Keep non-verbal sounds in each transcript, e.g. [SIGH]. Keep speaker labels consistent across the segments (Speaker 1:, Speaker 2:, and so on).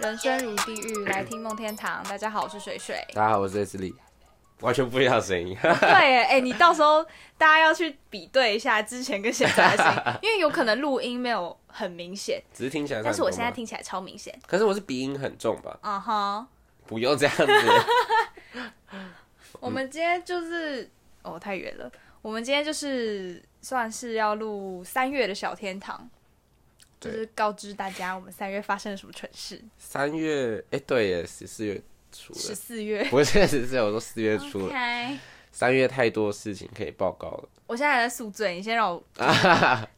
Speaker 1: 人生如地狱，来听梦天堂。大家好，我是水 [LAUGHS] 水。
Speaker 2: 大家好，我是 S 李。
Speaker 3: 完全不一样的声音。 [LAUGHS]
Speaker 1: 对，哎、你到时候大家要去比对一下之前跟现在的声音，
Speaker 3: [LAUGHS]
Speaker 1: 因为有可能录音没有很明显，
Speaker 3: 只是听起来。
Speaker 1: 但是我现在，听起来超明显。
Speaker 3: 啊可是我是鼻音很重吧？
Speaker 1: 嗯哼，
Speaker 3: 不用这样子。 [LAUGHS] 嗯
Speaker 1: 我们今天就是哦，太远了。我们今天就是算是要录三月的小天堂，就
Speaker 3: 对
Speaker 1: 是告知大家我们三月发生了什么蠢事。
Speaker 3: 三月，哎、对耶，十四月初
Speaker 1: 十
Speaker 3: 了，
Speaker 1: 四月
Speaker 3: 不是十四，我说四月初了。
Speaker 1: ，OK。
Speaker 3: 三月太多事情可以报告了。
Speaker 1: 我现在还在宿醉，你先让
Speaker 3: [LAUGHS]
Speaker 1: 我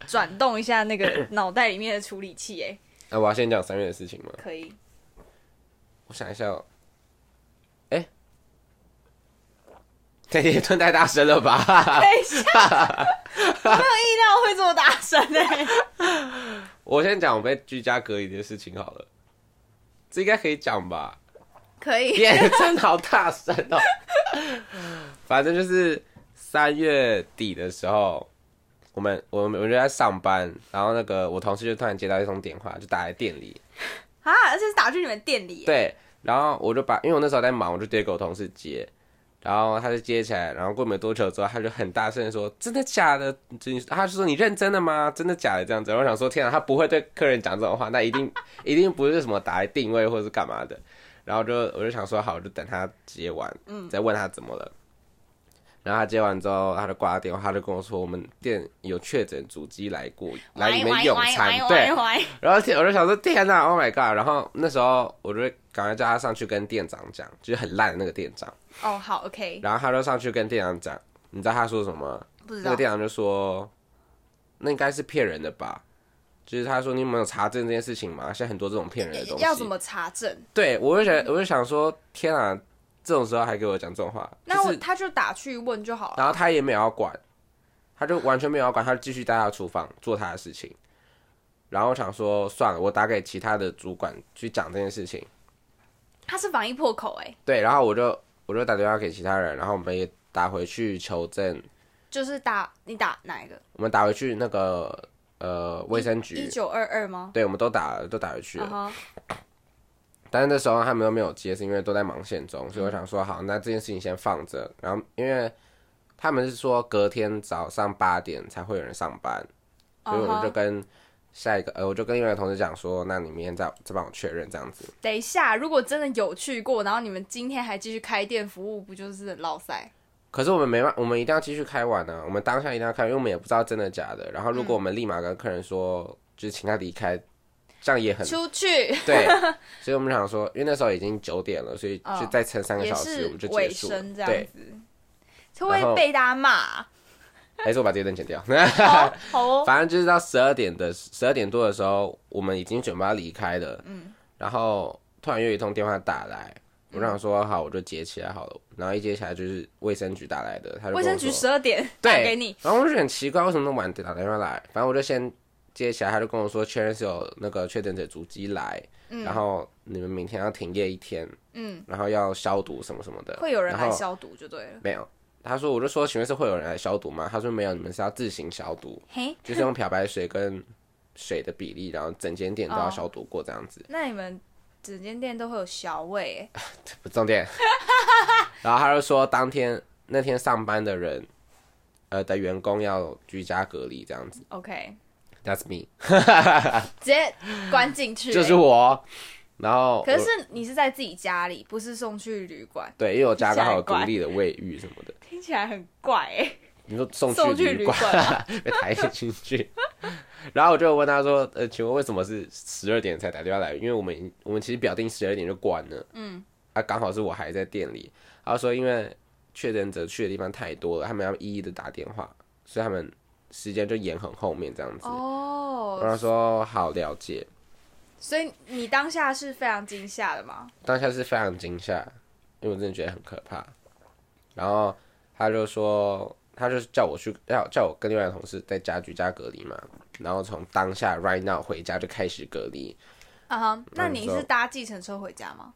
Speaker 1: 转动一下那个脑袋里面的处理器，哎，
Speaker 3: 那、我要先讲三月的事情吗？
Speaker 1: 可
Speaker 3: [LAUGHS]
Speaker 1: 以。
Speaker 3: 我想一下哦。哎、这 [LAUGHS] 也吞太大声了吧？ [LAUGHS]
Speaker 1: 等一下，我没有意料会这么大声
Speaker 3: [LAUGHS]
Speaker 1: 哎、
Speaker 3: 我先讲我被居家隔离的事情好了，这应该可以讲吧？
Speaker 1: 可
Speaker 3: [LAUGHS]
Speaker 1: 以，
Speaker 3: 耶，真好大声哦！反正就是三月底的时候，我们我们我就在上班，然后那个我同事就突然接到一通电话，就打来店里，
Speaker 1: 啊，而且是打去你们店里、欸，
Speaker 3: 对，然后我就把，因为我那时候在忙，我就直接给我同事接，然后他就接起来，然后过没多久之后，他就很大声的说：“真的假的？”真他就说：“你认真的吗？真的假的？”这样子，然后我想说：“天啊，他不会对客人讲这种话，那一定 [LAUGHS] 一定不是什么打来定位或者是干嘛的。”然后就我就想说：“好，我就等他接完，再问他怎么了。”然后他接完之后，他就挂了电话，他就跟我说：“我们店有确诊主机来过，来里面用餐。”对，然后天，我就想说天哪，Oh my god！然后那时候我就赶快叫他上去跟店长讲，就是很烂的那个店长。
Speaker 1: 哦，好，OK，
Speaker 3: 然后他就上去跟店长讲，你知道他说什么吗？
Speaker 1: 不知
Speaker 3: 那
Speaker 1: 道
Speaker 3: 个，店长就说，那应该是骗人的吧。就是他说你有没有查证这件事情嘛？现在很多这种骗人的东西。
Speaker 1: 要怎么查证？
Speaker 3: 对，我就觉得，我就想说，天啊，这种时候还给我讲这种话，
Speaker 1: 那
Speaker 3: 就
Speaker 1: 我
Speaker 3: 是
Speaker 1: 他就打去问就好了。
Speaker 3: 然后他也没有要管，他就完全没有要管，他就继续待在厨房做他的事情。然后我想说，算了，我打给其他的主管去讲这件事情。
Speaker 1: 他是防疫破口、欸，哎，
Speaker 3: 对，然后我就我就打电话给其他人，然后我们也打回去求证，
Speaker 1: 就是打你打哪一个？
Speaker 3: 我们打回去那个呃卫生
Speaker 1: 一
Speaker 3: 局，
Speaker 1: 九二二吗？
Speaker 3: 对，我们都打了都打回去了。
Speaker 1: 嗯哼，
Speaker 3: 但是那时候他们都没有接，是因为都在忙线中，所以我想说好，那这件事情先放着。然后因为他们是说隔天早上八点才会有人上班，所以我就
Speaker 1: 嗯哼
Speaker 3: 跟下一个呃，我就跟另外一个同事讲说，那你明天再再帮我确认这样子。
Speaker 1: 等一下，如果真的有去过，然后你们今天还继续开店服务，不就是很落塞？
Speaker 3: 可是我们没办，我们一定要继续开完啊呢、我们当下一定要开，因为我们也不知道真的假的。然后
Speaker 1: 嗯
Speaker 3: 如果我们立马跟客人说，就是请他离开，这样也很
Speaker 1: 出去
Speaker 3: 对。所以我们想说，因为那时候已经九点了，所以就再撑三个
Speaker 1: 嗯也
Speaker 3: 小时，我
Speaker 1: 是
Speaker 3: 们就结
Speaker 1: 尾
Speaker 3: 束了
Speaker 1: 声这。样
Speaker 3: 对，
Speaker 1: 子，就会被大家骂、
Speaker 3: [LAUGHS] 还是我把这一段剪掉。
Speaker 1: 好好哦，
Speaker 3: 反正就是到十二点的十二点多的时候，我们已经准备要离开了。嗯，然后突然又有一通电话打来，我就想说好，我就接起来好了。然后一接起来就是卫生局打来的，他就跟
Speaker 1: 卫
Speaker 3: 我
Speaker 1: 生局
Speaker 3: 说
Speaker 1: 十二点打
Speaker 3: 对
Speaker 1: 给你，
Speaker 3: 然后我就觉得很奇怪，为什么那么晚打电话来？反正我就先接起来，他就跟我说确认是有那个确诊者足迹来，然后你们明天要停业一天，
Speaker 1: 嗯，
Speaker 3: 然后要消毒什么什么的。
Speaker 1: 会有人来
Speaker 3: 然后
Speaker 1: 消毒就对了。
Speaker 3: 没有？他说，我就说，请问是会有人来消毒吗？他说没有，你们是要自行消毒，
Speaker 1: 嘿，
Speaker 3: 就是用漂白水跟水的比例，然后整间店都要
Speaker 1: 哦
Speaker 3: 消毒过这样子。
Speaker 1: 那你们整间店都会有小味、欸，
Speaker 3: 不
Speaker 1: [LAUGHS]
Speaker 3: 重点。然后他就说，当天那天上班的人，呃的员工要居家隔离这样子。
Speaker 1: OK，
Speaker 3: That's me，
Speaker 1: 直接关进去、欸
Speaker 3: 就是我。然后
Speaker 1: 可
Speaker 3: 我
Speaker 1: 是你是在自己家里，不是送去旅馆，
Speaker 3: 对，因为我家刚好有
Speaker 1: 奇
Speaker 3: 独
Speaker 1: 怪
Speaker 3: 立的卫浴什么的，
Speaker 1: 听起来很怪、欸。
Speaker 3: 你说送
Speaker 1: 送去旅
Speaker 3: 旅馆 [LAUGHS]
Speaker 1: 馆啊
Speaker 3: 被抬进去。然后我就问他说：“呃，请问为什么是十二点才打电话来？因为我们已经我们其实表定十二点就关了，嗯，啊，刚好是我还在店里。他说因为确诊者去的地方太多了，他们要一一的打电话，所以他们时间就延很后面这样子。然
Speaker 1: 哦，
Speaker 3: 后说好了解，
Speaker 1: 所以你当下是非常惊吓的吗？
Speaker 3: 当下是非常惊吓，因为我真的觉得很可怕。然后他就说，他就叫我去，要叫我跟另外的同事在家居家隔离嘛。然后从当下 right now 回家就开始隔离，
Speaker 1: 啊哈，那
Speaker 3: 那你
Speaker 1: 你
Speaker 3: 说
Speaker 1: 是搭计程车回家
Speaker 3: [LAUGHS]
Speaker 1: 吗、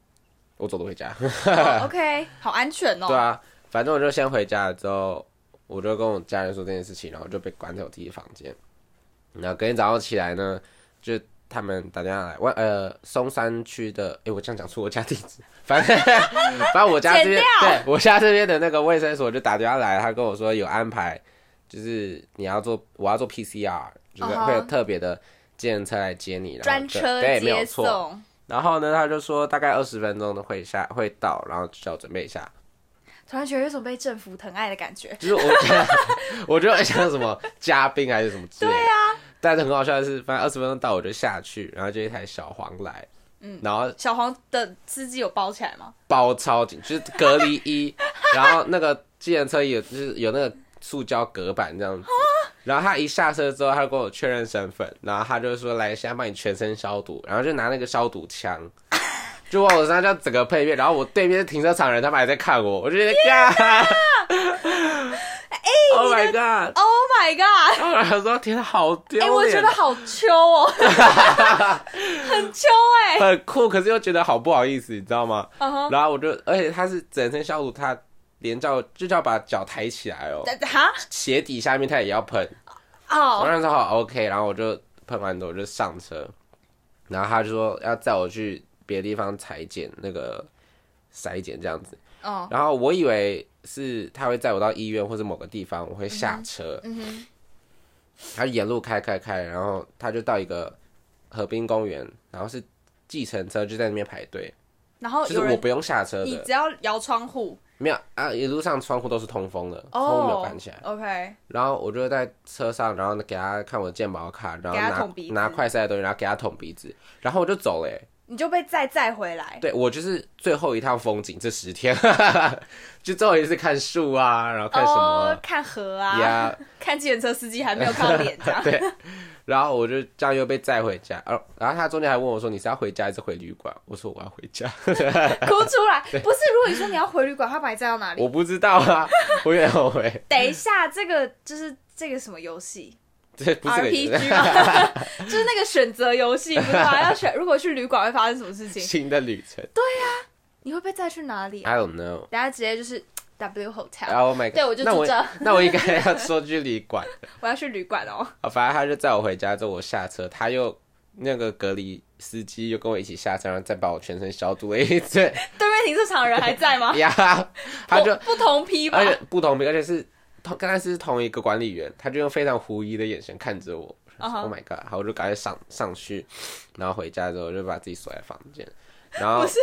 Speaker 3: 我走路回家。
Speaker 1: 哦、？OK，好安全哦。
Speaker 3: 对啊，反正我就先回家了之后，我就跟我家人说这件事情，然后就被关在我自己的房间。然后隔天早上起来呢，就他们打电话来，万呃松山区的，诶，我这样讲出我家地址，
Speaker 1: [LAUGHS]
Speaker 3: 反正反正我家这边
Speaker 1: 剪掉
Speaker 3: 对我家这边的那个卫生所就打电话来，他跟我说有安排，就是你要做我要做 PCR，就是
Speaker 1: 嗯哼
Speaker 3: 会有特别的计程车来接你，然后
Speaker 1: 专
Speaker 3: 对
Speaker 1: 车
Speaker 3: 对没有
Speaker 1: 接
Speaker 3: 错，
Speaker 1: 送，
Speaker 3: 然后呢，他就说大概二十分钟的会下会到，然后叫我准备一下。
Speaker 1: 突然觉得有种被政府疼爱的感觉。
Speaker 3: 就是 [LAUGHS] 我，我就很像什么嘉宾还是什么之类的。对啊。但是很好笑的是，反正二十分钟到我就下去，然后就一台小黄来，嗯，然后
Speaker 1: 小黄的司机有包起来吗？
Speaker 3: 包超紧，就是隔离 [LAUGHS] 衣，然后那个计程车有就是有那个塑胶隔板这样子。然后他一下车之后，他就跟我确认身份，然后他就说：“来，现在帮你全身消毒。”然后就拿那个消毒 [LAUGHS] 枪，就往我身上这样整个配乐。然后我对面是停车场人，他们还在看我，我就觉得，干，Oh [LAUGHS] my god！
Speaker 1: Oh my god！
Speaker 3: 然后他说：“天啊，好丢
Speaker 1: 哎、
Speaker 3: 脸！”
Speaker 1: 我觉得好秋
Speaker 3: [LAUGHS]
Speaker 1: 哦，很秋哎、
Speaker 3: 很酷，可是又觉得好不好意思，你知道吗？
Speaker 1: 嗯哼
Speaker 3: 然后我就，而且他是整身消毒，他连叫就叫把脚抬起来哦，
Speaker 1: 哈
Speaker 3: 鞋底下面他也要喷。我
Speaker 1: 哦，
Speaker 3: 那时候好 OK，然后我就喷完之后我就上车，然后他就说要载我去别的地方裁剪那个筛检这样子。
Speaker 1: 哦，
Speaker 3: 然后我以为是他会载我到医院或者某个地方，我会下车。
Speaker 1: 嗯哼，
Speaker 3: 他就沿路开开开，然后他就到一个河滨公园，然后是计程车就在那边排队，
Speaker 1: 然后
Speaker 3: 就是
Speaker 1: 哦有
Speaker 3: 我
Speaker 1: 人，
Speaker 3: 不用下车
Speaker 1: 你
Speaker 3: 的，
Speaker 1: 只要摇窗户
Speaker 3: 没有啊，一路上窗户都是通风的，窗户没有
Speaker 1: 哦
Speaker 3: 关起来。
Speaker 1: ，OK，
Speaker 3: 然后我就在车上，然后呢给他看我的健保卡，然后
Speaker 1: 给他捅鼻
Speaker 3: 拿
Speaker 1: 子
Speaker 3: 拿快塞的东西，然后给他捅鼻子，然后我就走了欸、
Speaker 1: 你就被再载回来。
Speaker 3: 对我就是最后一趟风景，这十天 [LAUGHS] 就最后一次看树啊，然后看什
Speaker 1: 哦
Speaker 3: 么，
Speaker 1: 看河
Speaker 3: 啊
Speaker 1: 啊
Speaker 3: 呀、。
Speaker 1: 看计程车司机还没有靠脸这样 [LAUGHS]
Speaker 3: [LAUGHS] 对，然后我就这样又被载回家，然后然后他中间还问我说你是要回家还是回旅馆？我说我要回家， [LAUGHS]
Speaker 1: 哭出来。不是，如果你说你要回旅馆，他把你载到哪里？
Speaker 3: 我不知道啊， [LAUGHS] 我也后悔，
Speaker 1: 等一下，这个就是这个什么游戏
Speaker 3: [LAUGHS] 这不是个
Speaker 1: ？RPG
Speaker 3: [LAUGHS]
Speaker 1: 吗？ [LAUGHS] 就是那个选择游戏，不是吗？要选，如果去旅馆会发生什么事情？
Speaker 3: 新的旅程
Speaker 1: 你会被载去哪里啊？
Speaker 3: ，I don't know。
Speaker 1: 等一下直接就是 W Hotel，
Speaker 3: Oh my god！
Speaker 1: 对我就
Speaker 3: 那
Speaker 1: 住
Speaker 3: 我
Speaker 1: 这
Speaker 3: [LAUGHS] 那我应该要说去旅馆。 [LAUGHS]
Speaker 1: 我要去旅馆哦。 [LAUGHS]
Speaker 3: 啊，反正他就载我回家之后，我下车，他又那个隔离司机又跟我一起下车，然后再把我全身消毒了
Speaker 1: [LAUGHS]
Speaker 3: 一次？
Speaker 1: 对面停车场人还在吗哦
Speaker 3: 呀。 [LAUGHS] 他就
Speaker 1: 不不同批吧
Speaker 3: 而。且不同名，而且是同跟他是同一个管理员，他就用非常狐疑的眼神看着我。
Speaker 1: 啊哈
Speaker 3: Oh my god！好，我就赶快上上去，然后回家之后我就把自己锁在房间，然后
Speaker 1: 不是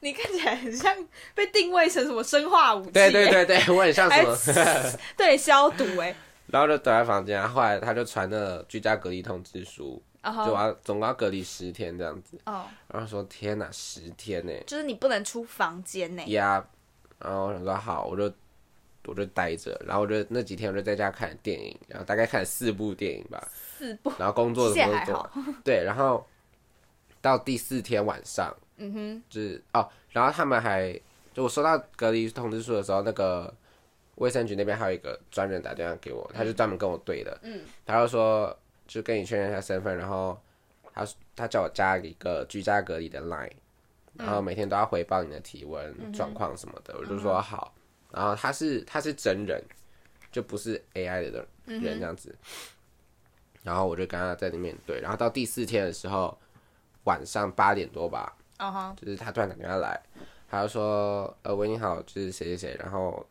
Speaker 1: 你看起来很像被定位成什么生化武器、
Speaker 3: 对对
Speaker 1: 欸，
Speaker 3: 对对，我很像什
Speaker 1: 还
Speaker 3: 么？
Speaker 1: [LAUGHS] 对消毒哎、
Speaker 3: 然后就躲在房间，然后后来他就传那个居家隔离通知书，
Speaker 1: 然
Speaker 3: 就我
Speaker 1: 后
Speaker 3: 要总共要隔离十天这样子。
Speaker 1: 啊哦，
Speaker 3: 然后说天哪，十天呢、
Speaker 1: 就是你不能出房间欸呢、
Speaker 3: 呀，然后我想说好，我就我就待着，然后我就那几天我就在家看电影，然后大概看了四部电影吧，
Speaker 1: 四步。
Speaker 3: 然后工作
Speaker 1: 其实
Speaker 3: 什
Speaker 1: 也
Speaker 3: 么都
Speaker 1: 还
Speaker 3: 做完，对，然后到第四天晚上
Speaker 1: 嗯哼，
Speaker 3: 就是哦，然后他们还就我收到隔离通知书的时候，那个卫生局那边还有一个专人打电话给我，他就专门跟我对的，嗯，他就说就跟你确认一下身份，然后他他叫我加一个居家隔离的 line，然
Speaker 1: 嗯
Speaker 3: 后每天都要回报你的体温、状况什么的，我就说好，然后他是他是真人，就不是 AI 的
Speaker 1: 嗯
Speaker 3: 人这样子，然后我就跟他在那面对，然后到第四天的时候晚上八点多吧，
Speaker 1: 哦哈，
Speaker 3: 就是他突然打电话来，他就说：“呃，喂，你好，就是谁谁谁，然后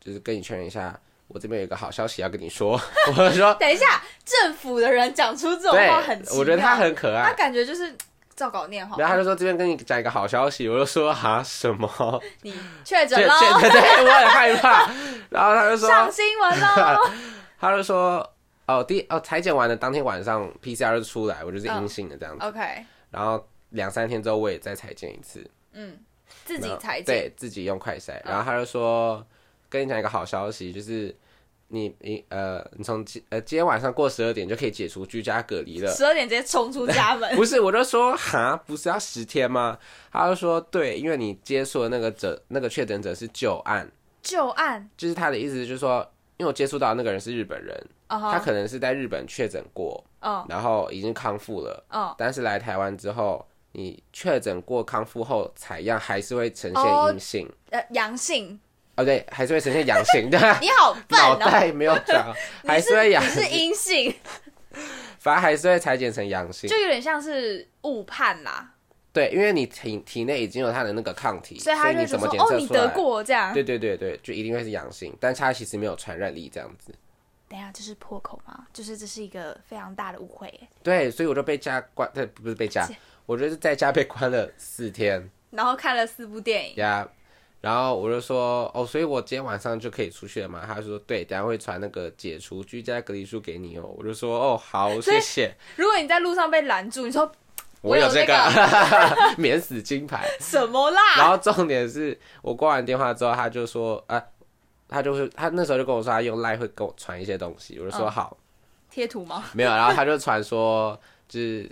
Speaker 3: 就是跟你确认一下，我这边有一个好消息要跟你说。” [LAUGHS] 我就说
Speaker 1: 等一下，政府的人讲出这：“种
Speaker 3: 对
Speaker 1: 话很奇，妙，
Speaker 3: 我觉得他很可
Speaker 1: 他
Speaker 3: 爱。
Speaker 1: 感觉就是照稿念”好
Speaker 3: 然，哎后他就说：“这边跟你讲一个好消息。”我就说：“哈什
Speaker 1: [LAUGHS]
Speaker 3: 么？”
Speaker 1: 你确
Speaker 3: 对
Speaker 1: 诊喽，
Speaker 3: 对对，我很害怕。然后他就
Speaker 1: 上
Speaker 3: 说
Speaker 1: 新闻
Speaker 3: [LAUGHS]
Speaker 1: 喽，：“
Speaker 3: 他就说哦，第哦裁剪完的当天晚上 PCR 就出来，我就是
Speaker 1: 嗯
Speaker 3: 阴性的这样子。
Speaker 1: OK，
Speaker 3: 然后两三天之后我也再裁剪一次，
Speaker 1: 自己
Speaker 3: 然后
Speaker 1: 裁剪，嗯
Speaker 3: 对自己用快筛。然后他就说，跟你讲一个好消息，就是你你呃，你从今呃今天晚上过十二点就可以解除居家隔离了。
Speaker 1: 十二点直接冲出家
Speaker 3: [LAUGHS]
Speaker 1: 门，
Speaker 3: 不是，我就说哈，不是要十天吗？他就说对，因为你接触的那个者那个确诊者是旧案，
Speaker 1: 就案，
Speaker 3: 就是他的意思就是说，因为我接触到的那个人是日本人，
Speaker 1: 哦
Speaker 3: 他
Speaker 1: 哈，
Speaker 3: 可能是在日本确诊过，
Speaker 1: 哦
Speaker 3: 然后已经康复了，
Speaker 1: 哦
Speaker 3: 但是来台湾之后。你确诊过康复后采样还是会呈
Speaker 1: 哦
Speaker 3: 现阴性，
Speaker 1: 呃，阳性，
Speaker 3: 哦，对，还是会呈现阳
Speaker 1: [LAUGHS]
Speaker 3: 性的，
Speaker 1: 你好笨
Speaker 3: 脑
Speaker 1: 哦， [LAUGHS]
Speaker 3: 袋没有转，
Speaker 1: 你
Speaker 3: 还是会阳 [LAUGHS]
Speaker 1: 你是 [LAUGHS]
Speaker 3: 性。
Speaker 1: 阴性，
Speaker 3: 反正还是会裁剪成阳性
Speaker 1: 就。有点像是误判啦，
Speaker 3: 对，因为你体体内已经有它的那个抗体，
Speaker 1: 所以他就
Speaker 3: 你
Speaker 1: 会
Speaker 3: 怎
Speaker 1: 觉
Speaker 3: 么
Speaker 1: 得
Speaker 3: 检
Speaker 1: 说，
Speaker 3: 测出
Speaker 1: 哦，
Speaker 3: 来？
Speaker 1: 你得过这样。
Speaker 3: 对对对对，就一定会是阳性，但它其实没有传染力这样子。
Speaker 1: 等一下，这是破口吗？就是这是一个非常大的误会耶。
Speaker 3: 对，所以我就被家关，对，不是被家
Speaker 1: 是，
Speaker 3: 我就是在家被关了四天
Speaker 1: 然后看了四部电影，
Speaker 3: 呀。然后我就说，哦，所以我今天晚上就可以出去了嘛？他说，对，等一下会传那个解除居家隔离书给你哦。我就说，哦，好，
Speaker 1: 所以
Speaker 3: 谢谢，
Speaker 1: 如果你在路上被拦住，你说
Speaker 3: 我有
Speaker 1: 有
Speaker 3: 这
Speaker 1: 这
Speaker 3: 个 [LAUGHS] 免死金牌。
Speaker 1: 什么
Speaker 3: 然
Speaker 1: 啦？
Speaker 3: 后重点是我挂完电话之后，他就说，啊，他就会，他那时候就跟我说，他用 line 会给我传一些东西。我就说
Speaker 1: 嗯
Speaker 3: 好，
Speaker 1: 贴图吗？
Speaker 3: 没有，然后他就传说，就是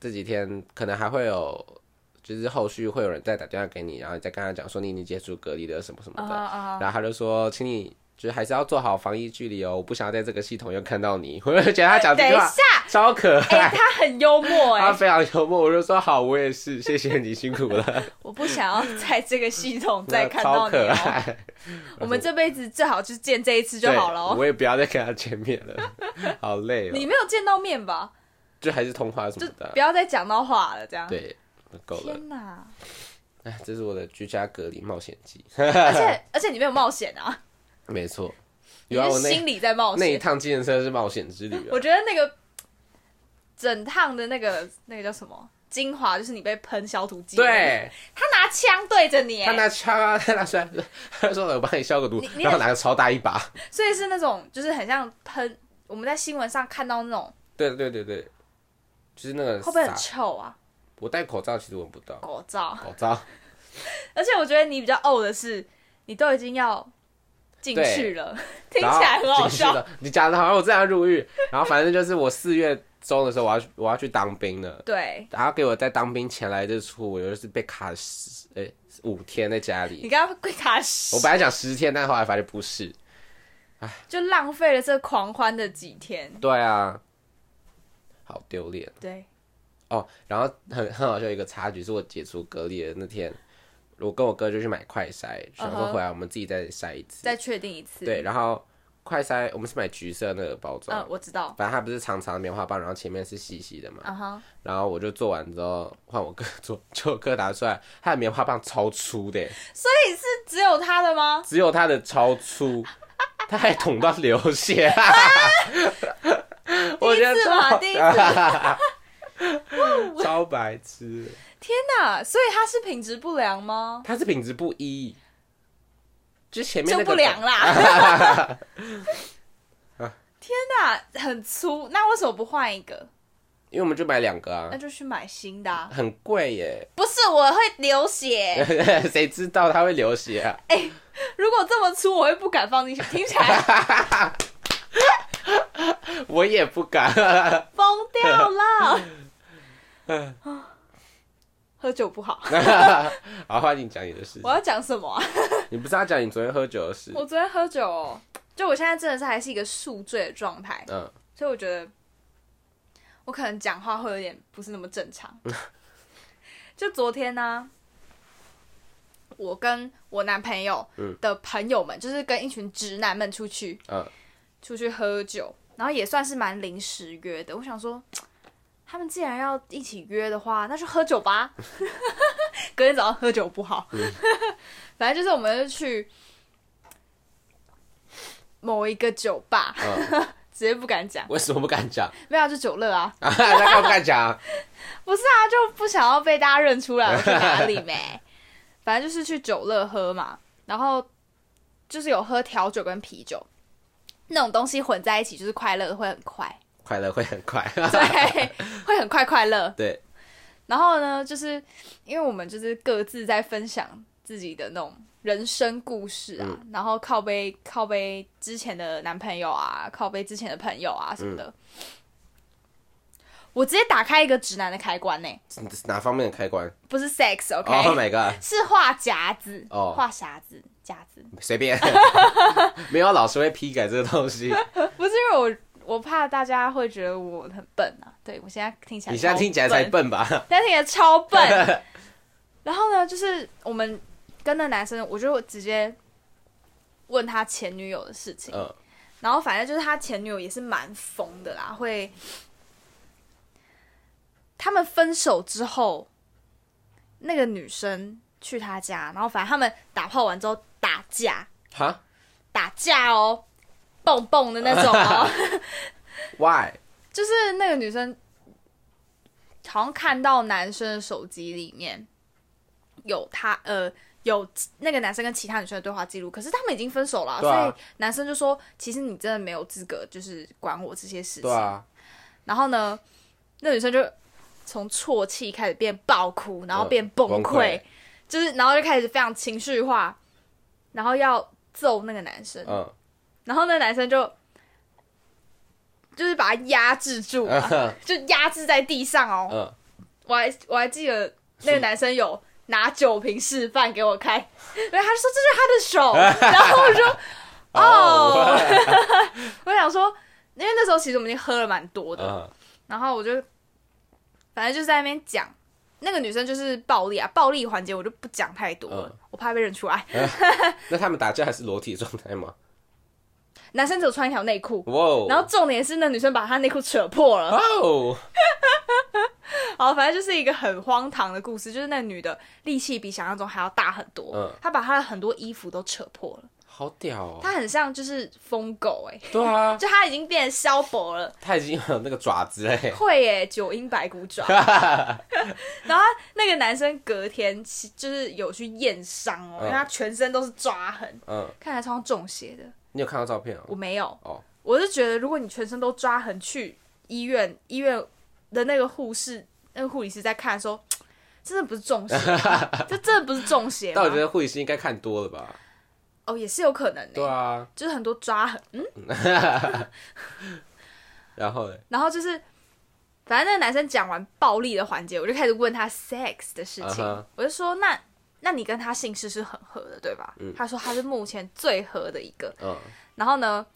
Speaker 3: 这几天可能还会有，就是后续会有人再打电话给你，然后你再跟他讲说你已经接触隔离的什么什么
Speaker 1: 啊
Speaker 3: 的，
Speaker 1: 啊！
Speaker 3: 然后他就说，请你就是还是要做好防疫距离哦，我不想要在这个系统又看到你。我就觉得他讲这
Speaker 1: 哎等一
Speaker 3: 句话
Speaker 1: 下，
Speaker 3: 超可爱，
Speaker 1: 哎，他很幽默
Speaker 3: 他
Speaker 1: 哎，
Speaker 3: 非常幽默，我就说好，我也是，谢谢你辛苦了，
Speaker 1: 我不想要在这个系统 [LAUGHS]
Speaker 3: [LAUGHS]
Speaker 1: 再看
Speaker 3: 超
Speaker 1: 到你
Speaker 3: 可
Speaker 1: 哦。
Speaker 3: 爱，
Speaker 1: 我们这辈子最好就见这一 [LAUGHS] 次就
Speaker 3: 对
Speaker 1: 好了哦。
Speaker 3: 我也不要再跟他见面了，好累哦
Speaker 1: 你，没有见到面吧？
Speaker 3: 就还是通话什
Speaker 1: 就
Speaker 3: 么的啊
Speaker 1: 不，要再讲到话了，这样。
Speaker 3: 对，够了。
Speaker 1: 天
Speaker 3: [LAUGHS]
Speaker 1: 哪！
Speaker 3: 哎，这是我的居家隔离冒险记，
Speaker 1: 而且而且你没有冒险啊，
Speaker 3: 没错。
Speaker 1: 你
Speaker 3: [LAUGHS] 有啊，我
Speaker 1: 是
Speaker 3: 那
Speaker 1: 心里在冒
Speaker 3: 那一
Speaker 1: 险。
Speaker 3: 趟计程车是冒险之旅啊
Speaker 1: 我，觉得那个整趟的那个那个叫什么精华，就是你被喷消毒剂。，
Speaker 3: 对
Speaker 1: 他拿枪对着你，哎
Speaker 3: 他拿枪啊，他拿出来， [LAUGHS] 他说我帮你消个毒
Speaker 1: 你，你
Speaker 3: [LAUGHS] 然后拿个超大一把，
Speaker 1: 所以是那种就是很像喷。我们在新闻上看到那种
Speaker 3: 对对对对，就是那个
Speaker 1: 会不会很
Speaker 3: 撒
Speaker 1: 臭啊？
Speaker 3: 我戴口罩其实闻不到，
Speaker 1: 口罩。
Speaker 3: 口罩
Speaker 1: 而且我觉得你比较呕的是，你都已经要进去了， [LAUGHS] 听
Speaker 3: 然后
Speaker 1: 起来很好
Speaker 3: 进去
Speaker 1: 笑。
Speaker 3: 了，你讲的好像我这样入狱，然后反正就是我四月中的时候我要去我要去当兵了。
Speaker 1: 对
Speaker 3: 然后给我在当兵前来日出，我就是被卡十哎五天在家
Speaker 1: 你
Speaker 3: 里。
Speaker 1: 刚刚跪卡屎
Speaker 3: 我，本来讲十天，但后来发现不是。
Speaker 1: 就浪费了这狂欢的几天。
Speaker 3: 对啊，好丢脸
Speaker 1: 对，
Speaker 3: 哦。然后很很好笑一个插曲，是我解除隔离的那天，我跟我哥就去买快筛，想
Speaker 1: 嗯
Speaker 3: 说
Speaker 1: 哼
Speaker 3: 回来我们自己再筛一次。
Speaker 1: 再确定一次。
Speaker 3: 对，，然后快筛我们是买橘色那个包装
Speaker 1: 嗯，，我知道。
Speaker 3: 反正它不是长长的棉花棒，然后前面是细细的嘛。
Speaker 1: 啊哈，
Speaker 3: 然后我就做完之后换我哥做，就我哥拿出来，他的棉花棒超粗的耶，
Speaker 1: 只有他的吗？
Speaker 3: 只有他的超
Speaker 1: [LAUGHS]
Speaker 3: 粗，他还捅到流血。我觉得
Speaker 1: 第一次
Speaker 3: 超
Speaker 1: 嘛，第一次。
Speaker 3: [LAUGHS] 超白痴，
Speaker 1: 天哪！所以他是品质不良吗？
Speaker 3: 它是品质不一，就前面
Speaker 1: 就
Speaker 3: 那个
Speaker 1: 不良啦。
Speaker 3: [LAUGHS]
Speaker 1: 天哪，很粗，那为什么不换一个？
Speaker 3: 因为我们就买两个啊
Speaker 1: 那，就去买新的、啊。
Speaker 3: 很贵耶， [LAUGHS]
Speaker 1: 不是，我会流血。
Speaker 3: 谁知道它会流血啊？
Speaker 1: 如果这么粗，我会不敢放进去。听起来 [LAUGHS]
Speaker 3: 我也不敢。
Speaker 1: 疯掉了。 [LAUGHS] 喝酒不好，
Speaker 3: 好，换你讲你的事
Speaker 1: [LAUGHS] 我
Speaker 3: 情，
Speaker 1: 要讲什么啊？
Speaker 3: 你不是要讲你昨天喝酒的事？
Speaker 1: 我昨天喝酒、哦，就我现在真的是还是一个宿醉的状态。
Speaker 3: 嗯，
Speaker 1: 所以我觉得我可能讲话会有点不是那么正 [LAUGHS] 常。就昨天呢、我跟我男朋友的朋友们，就是跟一群直男们出去，
Speaker 3: 嗯
Speaker 1: 出去喝酒，然后也算是蛮临时约的。我想说，他们既然要一起约的话，那就喝酒吧。 [LAUGHS] 隔天早上喝酒不好， [LAUGHS] 反正就是我们就去某一个酒吧， [LAUGHS] 直接不敢讲。
Speaker 3: 为什么不敢讲？ [LAUGHS]
Speaker 1: 没有啊，就酒乐啊，
Speaker 3: 啊，那干不敢讲？
Speaker 1: 不是啊，就不想要被大家认出来我去哪里没，反正就是去酒乐喝嘛，然后就是有喝调酒跟啤酒那种东西混在一起，就是快乐会很快，
Speaker 3: 快乐会很快。 [LAUGHS]
Speaker 1: 对，会很快快乐。
Speaker 3: 对，
Speaker 1: 然后呢，就是因为我们就是各自在分享自己的那种人生故事啊，
Speaker 3: 嗯
Speaker 1: 然后靠背靠背之前的男朋友啊，靠背之前的朋友啊什么的。
Speaker 3: 嗯
Speaker 1: 我直接打开一个直男的开关呢、
Speaker 3: 哪方面的开关
Speaker 1: 不是 sex，OK，、
Speaker 3: ？Oh my god！
Speaker 1: 是画夹子，
Speaker 3: 哦
Speaker 1: 画匣子，夹子，[LAUGHS]
Speaker 3: 随便，没有老师会批改这个东西。
Speaker 1: 不是因为我我怕大家会觉得我很笨啊，对我现在听起来，
Speaker 3: 你现在听起来才
Speaker 1: 笨。
Speaker 3: 笨吧？
Speaker 1: 但是也超笨。然后呢，就是我们跟那男生，我就直接问他前女友的事情，
Speaker 3: 嗯
Speaker 1: 然后反正就是他前女友也是蛮疯的啦，会们分手之后，那个女生去他家，然后反正他们打炮完之后打架，
Speaker 3: 哈
Speaker 1: 打架哦，蹦蹦的那种哦，
Speaker 3: ？Why？
Speaker 1: 就是那个女生好像看到男生的手机里面有他呃有那个男生跟其他女生的对话记录，可是他们已经分手了啊、
Speaker 3: 对啊
Speaker 1: 所以男生就说：“其实你真的没有资格就是管我这些事情。
Speaker 3: 对啊，
Speaker 1: 然后呢，那女生就从啜泣开始变爆哭，然后变崩
Speaker 3: 崩
Speaker 1: 溃，
Speaker 3: 溃
Speaker 1: 就是然后就开始非常情绪化，然后要揍那个男生，
Speaker 3: 嗯，
Speaker 1: 然后那男生就就是把他压制住嘛，
Speaker 3: 嗯
Speaker 1: 就压制在地上哦。
Speaker 3: 嗯，
Speaker 1: 我还我还记得那个男生有拿酒瓶示范给我看， [LAUGHS] 然后他就说这是他的手，然后我说哦， [LAUGHS] 我想说，因为那时候其实我们已经喝了蛮多的，
Speaker 3: 嗯，
Speaker 1: 然后我就反正就在那边讲，那个女生就是暴力啊，暴力环节我就不讲太多了，
Speaker 3: 嗯
Speaker 1: 我怕被认出来。
Speaker 3: 那他们打架还是裸体状态吗？
Speaker 1: 男生只有穿一条内裤，
Speaker 3: 哇哦，
Speaker 1: 然后重点是那女生把她内裤扯破了。
Speaker 3: 哇哦，
Speaker 1: 好，反正就是一个很荒唐的故事，就是那女的力气比想象中还要大很多，
Speaker 3: 嗯
Speaker 1: 她把她的很多衣服都扯破了，
Speaker 3: 好屌哦！
Speaker 1: 她很像就是疯狗哎、
Speaker 3: 对啊，
Speaker 1: 就她已经变得消薄了，
Speaker 3: 他已经有那个爪子嘞，
Speaker 1: 会耶、九阴白骨
Speaker 3: [LAUGHS]
Speaker 1: 爪。然后他那个男生隔天其就是有去验伤哦，因
Speaker 3: 嗯
Speaker 1: 为他全身都是抓痕，
Speaker 3: 嗯，
Speaker 1: 看起来超像中邪的。
Speaker 3: 你有看到照片哦？
Speaker 1: 我没有，
Speaker 3: 哦
Speaker 1: 我是觉得如果你全身都抓痕去医院，医院的那个护士、那个护理师在看的时候，真的不是中邪吗，
Speaker 3: [LAUGHS]
Speaker 1: 这真的不是中邪吗
Speaker 3: 但我？觉得护理师应该看多了吧？
Speaker 1: 哦，也是有可能的、
Speaker 3: 对啊，
Speaker 1: 就是很多抓痕，
Speaker 3: 然后嘞，
Speaker 1: 然后就是。反正那个男生讲完暴力的环节，我就开始问他 sex 的事情
Speaker 3: 嗯哼
Speaker 1: 我就说那那你跟他姓氏是很合的，对吧？他说他是目前最合的一个，
Speaker 3: 嗯，
Speaker 1: 然后呢，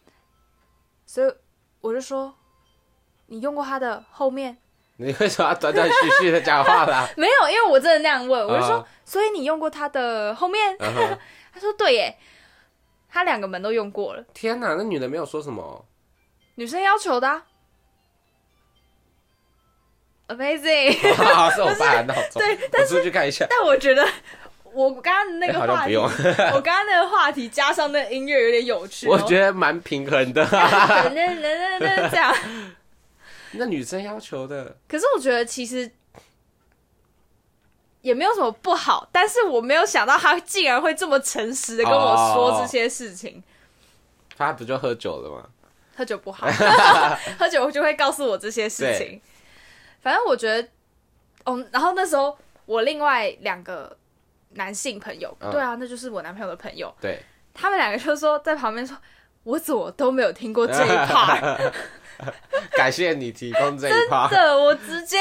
Speaker 1: 所以我就说你用过他的后面
Speaker 3: 你为什么要断断续续的讲话
Speaker 1: [LAUGHS]
Speaker 3: 啦？
Speaker 1: 没有？因为我真的那样问，我就说、
Speaker 3: 嗯
Speaker 1: 所以你用过他的后面？
Speaker 3: 嗯哼
Speaker 1: [LAUGHS] 他说对耶，他两个门都用过了，
Speaker 3: 天哪，那女的没有说什么，
Speaker 1: 女生要求的啊、Amazing！ [LAUGHS]
Speaker 3: 好哦是我爸的闹钟，
Speaker 1: 对
Speaker 3: 我出去看一下。
Speaker 1: 但我觉得我刚刚那
Speaker 3: 哎
Speaker 1: 个
Speaker 3: 好
Speaker 1: 话
Speaker 3: 像不
Speaker 1: 题，
Speaker 3: 用， [LAUGHS]
Speaker 1: 我刚刚那个话题加上那个音乐有点有趣、哦，
Speaker 3: 我觉得蛮平衡的。
Speaker 1: 得那那那那这样。
Speaker 3: 那女生要求的，
Speaker 1: 可是我觉得其实也没有什么不好，但是我没有想到他竟然会这么诚实的跟我
Speaker 3: 哦
Speaker 1: 说这些事情。
Speaker 3: 她不就喝酒了吗？
Speaker 1: 喝酒
Speaker 3: [LAUGHS]
Speaker 1: 不好，喝酒就会告诉我这些事情。反正我觉得，哦，然后那时候我另外两个男性朋友，
Speaker 3: 嗯
Speaker 1: 对啊，那就是我男朋友的朋友，
Speaker 3: 对，
Speaker 1: 他们两个就说在旁边说，我怎么都没有听过这一 part。
Speaker 3: [LAUGHS] 感谢你提供这一
Speaker 1: [LAUGHS]
Speaker 3: 趴。
Speaker 1: 的，我直接